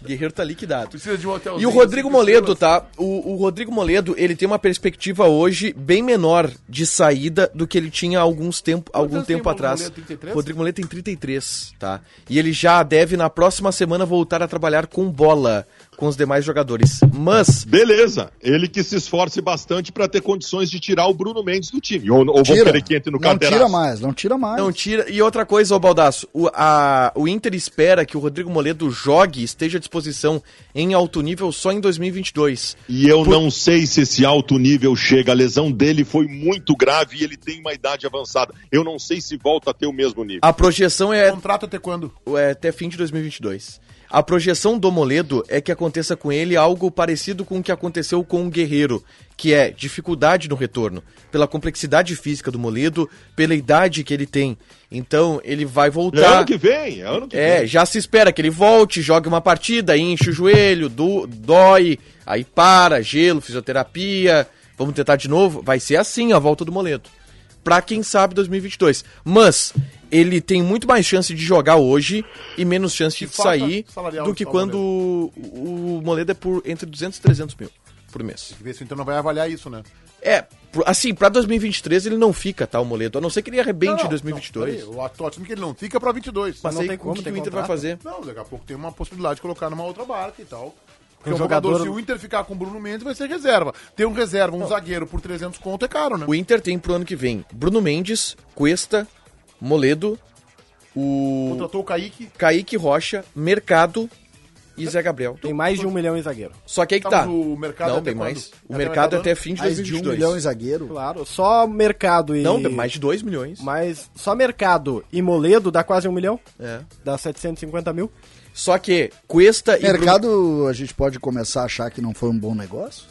O Guerreiro tá liquidado. Precisa de um hotelzinho. E o Rodrigo cinco Moledo, estrelas. tá? O, o Rodrigo Moledo, ele tem uma perspectiva hoje bem menor de saída do que ele tinha há alguns tempo, algum anos tem tempo o Rodrigo atrás. Moledo? 33? Rodrigo Moledo tem 33, tá? E ele já deve, na próxima semana, voltar a trabalhar com bola com os demais jogadores. Mas, Beleza, ele que se esforce bastante pra ter condições de tirar o Bruno Mendes do time. Ou, ou vão Tira. querer que entre no não carteiraço. tira mais, não tira mais. não tira. E outra coisa, ô Baldaço, o, a- o Inter espera que o Rodrigo Moledo jogue, esteja à disposição em alto nível só em 2022. E eu não sei se esse alto nível chega. A lesão dele foi muito grave e ele tem uma idade avançada. Eu não sei se volta a ter o mesmo nível. A projeção é um Contrato até quando? é, até fim de 2022. A projeção do Moledo é que aconteça com ele algo parecido com o que aconteceu com o Guerreiro, que é dificuldade no retorno, pela complexidade física do Moledo, pela idade que ele tem. Então, ele vai Ah, tá. É voltar. ano que vem, é ano que É, vem. já se espera que ele volte, jogue uma partida, enche o joelho, do, dói, aí para, gelo, fisioterapia. Vamos tentar de novo? Vai ser assim a volta do Moledo. Pra quem sabe 2022. Mas ele tem muito mais chance de jogar hoje e menos chance Que de falta sair salarial do que do quando o, o Moledo é por entre 200 e 300 mil por mês. Ver se o Inter não vai avaliar isso, né? É, pro- assim, pra 2023 ele não fica, tá, o Moledo? A não ser que ele arrebente em 2022. Não, peraí, o ato- o time que ele não fica pra 22. Mas não aí tem o como, que, que tem o Inter vai contrato. fazer? Não, daqui a pouco tem uma possibilidade de colocar numa outra barca e tal. Porque Um um jogador, jogador- se o Inter ficar com o Bruno Mendes, vai ser reserva. Ter um reserva, um zagueiro por 300 conto é caro, né? O Inter tem pro ano que vem Bruno Mendes, Cuesta, Moledo, o Contratou o Kaique. Kaique Rocha, Mercado e Zé Gabriel. Tem mais de um milhão em zagueiro. Só que aí que Tá, tá. mas o mercado é não, até tem quando? mais. O Até mercado mercado é até fim de mais de um 2022. milhão em zagueiro. Claro, só mercado e. Não, tem mais de 2 milhões. Mas só mercado e Moledo dá quase um milhão. É. Dá 750 mil. Só que Cuesta e Mercado, a gente pode começar a achar que não foi um bom negócio?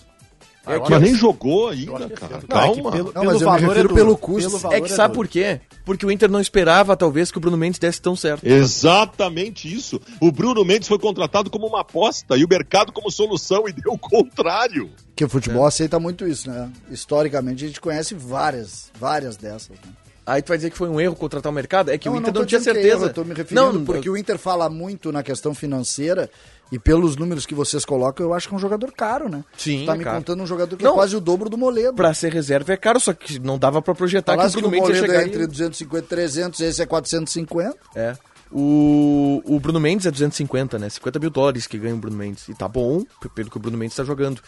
Bruno... É Mas que, nem jogou ainda, cara. Calma. Pelo, Ah. é Não, mas eu me refiro duro, pelo custo. valor é que sabe por duro. quê? Porque o Inter não esperava, talvez, que o Bruno Mendes desse tão certo. Exatamente isso. O Bruno Mendes foi contratado como uma aposta e o mercado como solução e deu o contrário. Porque o futebol aceita muito isso, né? Historicamente, a gente conhece várias, várias dessas. Né? Aí tu vai dizer que foi um erro contratar o mercado? É que o Inter tô não, tinha dizendo que é certeza. erro, eu tô me referindo não, porque o Inter fala muito na questão financeira e pelos números que vocês colocam, eu acho que é um jogador caro, né? Sim, Tá me cara. contando um jogador que Não. é quase o dobro do Moledo. Pra tá ser reserva é caro, só que não dava pra projetar Falasse que o que o Bruno Mendes ia Moledo chegar é aí. entre 250 e 300, esse é 450. É. O, o Bruno Mendes é 250, né? 50 mil dólares que ganha o Bruno Mendes. E tá bom, p- pelo que o Bruno Mendes tá jogando.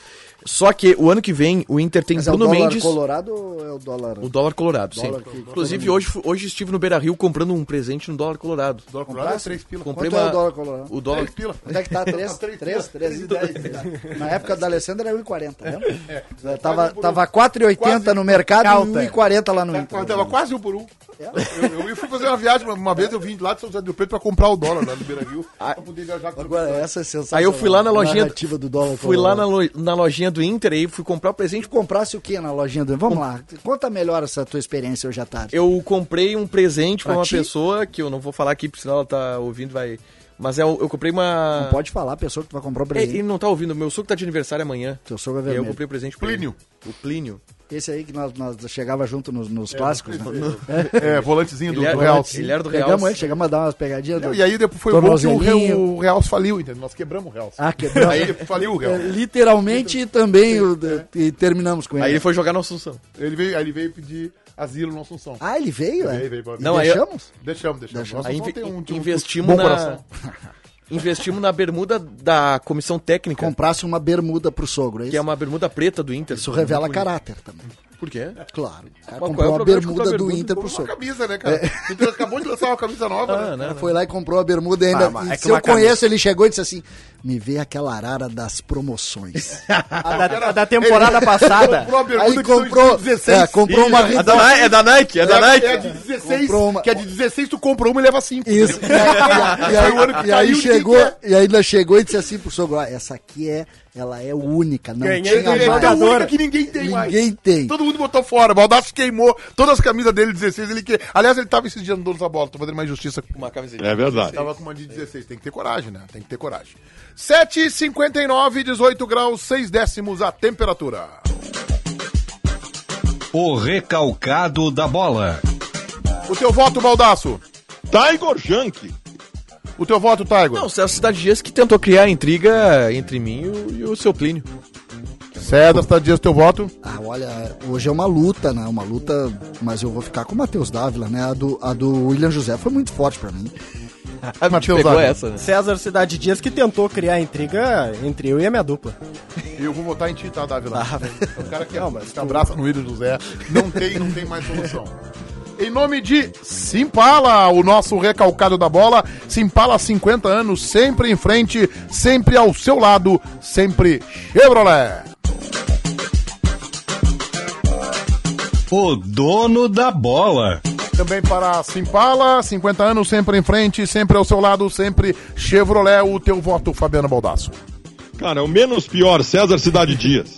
Só que o ano que vem o Inter tem Mas é Bruno o dólar Mendes. colorado ou é o dólar... O dólar colorado, sim. Dólar que- Inclusive, hoje, fu- hoje estive no Beira Rio comprando um presente no dólar colorado. O dólar colorado é 3 pila. Comprei Quanto é uma- o dólar colorado? O dólar. Três pila. Quanto é [laughs] que tá? 3, 3, 3 e 10. Na época da Alessandra era 1,40, né? Tava, tava 4,80 no mercado e 1,40 lá no Inter. Tava quase um por um. Eu, eu fui fazer uma viagem, uma- uma vez eu vim lá de São José do Rio Preto pra comprar o dólar lá no Beira Rio. pra poder viajar com Ah, Agora, essa é sensacional. Aí eu fui lá na lojinha. Narrativa do dólar fui lá colorado. na, lo- na lojinha do Inter e fui comprar o presente. comprasse o que na lojinha do. Vamos lá, conta melhor essa tua experiência hoje à tarde. Eu comprei um presente pra, Pra uma ti? pessoa que eu não vou falar aqui, porque senão ela tá ouvindo, vai. Mas é, eu eu comprei uma. Não pode falar, a pessoa que tu vai comprar o É, presente. Ele não tá ouvindo, meu sogro tá de aniversário amanhã. Teu sogro é E aí eu vermelho. comprei o presente [laughs] pra Plínio. ele. O Plínio. Esse aí que nós, nós chegava junto nos, nos clássicos. né? É, volantezinho do, Ele era, do Real. ele era do Real. Chegamos, aí, chegamos a dar umas pegadinhas. Não, do- e aí depois foi o gol que o, Re- Tornozelinho. o Real faliu, entendeu? Nós quebramos o Real. Ah, [laughs] quebramos. Aí faliu o É, Real. Literalmente e também o- e terminamos com ele. É. Aí ele foi jogar no Assunção. Ele veio, aí ele veio pedir asilo no Assunção. Ah, ele veio? Ele É? veio pra- E Não, aí eu- deixamos? Deixamos, deixamos. Nossa, Aí só inve- tem um- um- investimos bom na. coração. investimos na bermuda da comissão técnica, Comprasse uma bermuda pro sogro, é isso? que é uma bermuda preta do Inter. Isso revela caráter também. Por quê? Claro. O cara qual comprou é o uma problema de comprar bermuda do bermuda? Inter pro Uma sogro. camisa, né, É. cara? Então, acabou de lançar uma camisa nova, né? Ah, né? Foi lá e comprou a bermuda ainda. Ah, mas E é que se eu uma camisa- conheço, ele chegou e disse assim: me veio aquela arara das promoções. [laughs] A da, a da [laughs] temporada um passada. Comprou a bermuda Aí que comprou, são de 16. é, comprou uma É da, Ni- é da Nike, é da Nike. É, a de 16, Comprou uma- que é de 16 tu compra uma e leva 5. Isso. E, aí- e aí- Foi o ano que é. e aí saiu, chegou, quem e ainda chegou e disse assim pro sogro, "Ah, essa aqui é, ela é única, não Ganhei, tinha ganhei, mais. É a única Agora. que ninguém tem mais. Ninguém tem. Todo mundo botou fora. O Baldassi queimou todas as camisas dele, 16. Ele que... Aliás, ele tava esses dias no dono da bola. Tô fazendo mais justiça com uma camiseta. É verdade. Tava com uma de 16. Tem que ter coragem, né? Tem que ter coragem. 7,59, 18 graus, 6 décimos a temperatura. O recalcado da bola. O teu voto, Baldasso. Tiger Junk. O teu voto, Taigo. Não, o Celso Cidade Dias que tentou criar intriga entre mim e o, e o seu Plínio. César, tá dias teu voto. Ah, olha, hoje é uma luta, né? Uma luta, mas eu vou ficar com o Matheus Dávila, né? A do, a do William José foi muito forte pra mim. [laughs] Ah, Matheus pegou Zaga. essa, né? César Cidade Dias que tentou criar intriga entre eu e a minha dupla. Eu vou votar em ti, tá, Dávila? Ah, É o cara que se abraça no ídolo do Zé. Não tem, não tem mais solução. Em nome de Simpala, o nosso recalcado da bola. Simpala, 50 anos, sempre em frente, sempre ao seu lado, sempre Chevrolet. O dono da bola. Também para a Simpala, 50 anos, sempre em frente, sempre ao seu lado, sempre Chevrolet. O teu voto, Fabiano Baldasso. [laughs] Cara, é o menos pior, César Cidade Dias.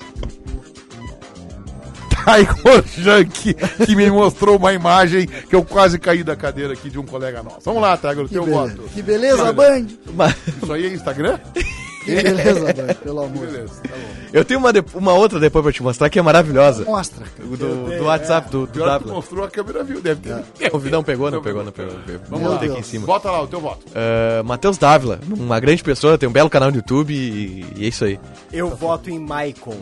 Tá Tiger Junk, que me mostrou uma imagem que eu quase caí da cadeira aqui de um colega nosso. Vamos lá, Tiger, o Que, teu be- voto. que beleza, Band! Isso aí é Instagram? Que [laughs] beleza, Band, pelo amor de Deus. Beleza, tá bom. Eu tenho uma, de- uma outra depois pra te mostrar que é maravilhosa. Mostra. cara. Do, do WhatsApp, do, do é. Pior que tu Dávila. mostrou, a câmera viu, deve ter. Não, não pegou, não pegou, não pegou. Não pegou. Vamos Meu lá. aqui em Deus. cima. Bota lá o teu voto. Ah, Matheus Dávila, uma grande pessoa, tem um belo canal no YouTube e, e é isso aí. Eu voto em Maicon.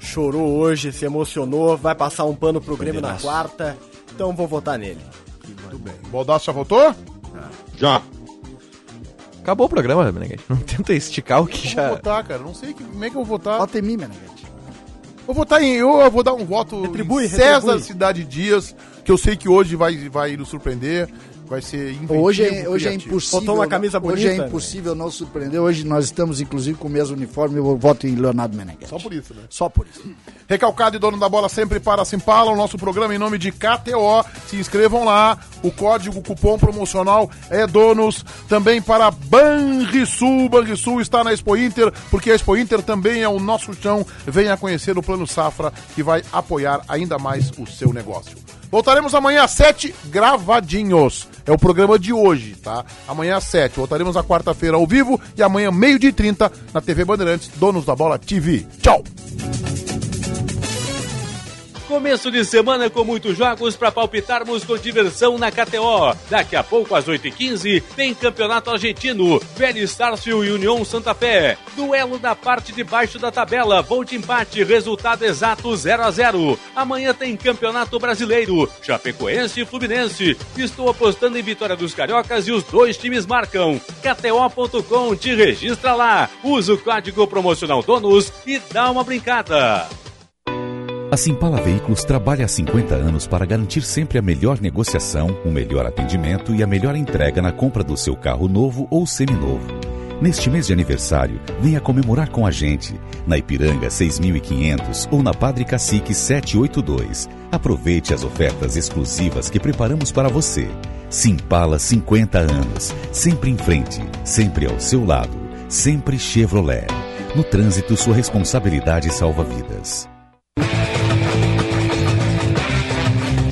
Chorou hoje, se emocionou, vai passar um pano pro Grêmio na quarta. Então vou votar nele. Baldasso já votou? Já. Acabou o programa, Meneghete. Não tenta esticar o que Vou já. votar, cara. Não sei que- como é que eu vou votar. Bota em mim, Meneghete. Eu vou votar em. Eu, eu vou dar um voto Retribui, em César retribui. Cidade Dias, que eu sei que hoje vai, vai nos surpreender. Vai ser inventivo, Hoje é, hoje é um criativo. impossível. Botou uma camisa Hoje é bonita, né? impossível não surpreender. Hoje nós estamos, inclusive, com o mesmo uniforme. Eu voto em Leonardo Meneghete. Só por isso, né? Só por isso. Recalcado e dono da bola sempre para Simpala, o nosso programa em nome de KTO. Se inscrevam lá, o código cupom promocional é donos. Também para Banrisul, Banrisul está na Expo Inter, porque a Expo Inter também é o nosso chão. Venha conhecer o Plano Safra, que vai apoiar ainda mais o seu negócio. Voltaremos amanhã às 7, gravadinhos. É o programa de hoje, tá? Amanhã às 7. Voltaremos na quarta-feira ao vivo e amanhã, meio-dia e 30, na TV Bandeirantes, Donos da Bola TV. Tchau! Começo de semana com muitos jogos para palpitarmos com diversão na KTO. Daqui a pouco, às 8h15, tem Campeonato Argentino, Vélez Sárcio e União Santa Fé. Duelo da parte de baixo da tabela, voo de empate, resultado exato 0 a 0 Amanhã tem Campeonato Brasileiro, Chapecoense e Fluminense. Estou apostando em vitória dos cariocas e os dois times marcam. KTO.com te registra lá. Usa o código promocional DONOS e dá uma brincada. A Simpala Veículos trabalha há 50 anos para garantir sempre a melhor negociação, o melhor atendimento e a melhor entrega na compra do seu carro novo ou seminovo. Neste mês de aniversário, venha comemorar com a gente, na Ipiranga 6500 ou na Padre Cacique 782. Aproveite as ofertas exclusivas que preparamos para você. Simpala 50 anos, sempre em frente, sempre ao seu lado, sempre Chevrolet. No trânsito, sua responsabilidade salva vidas.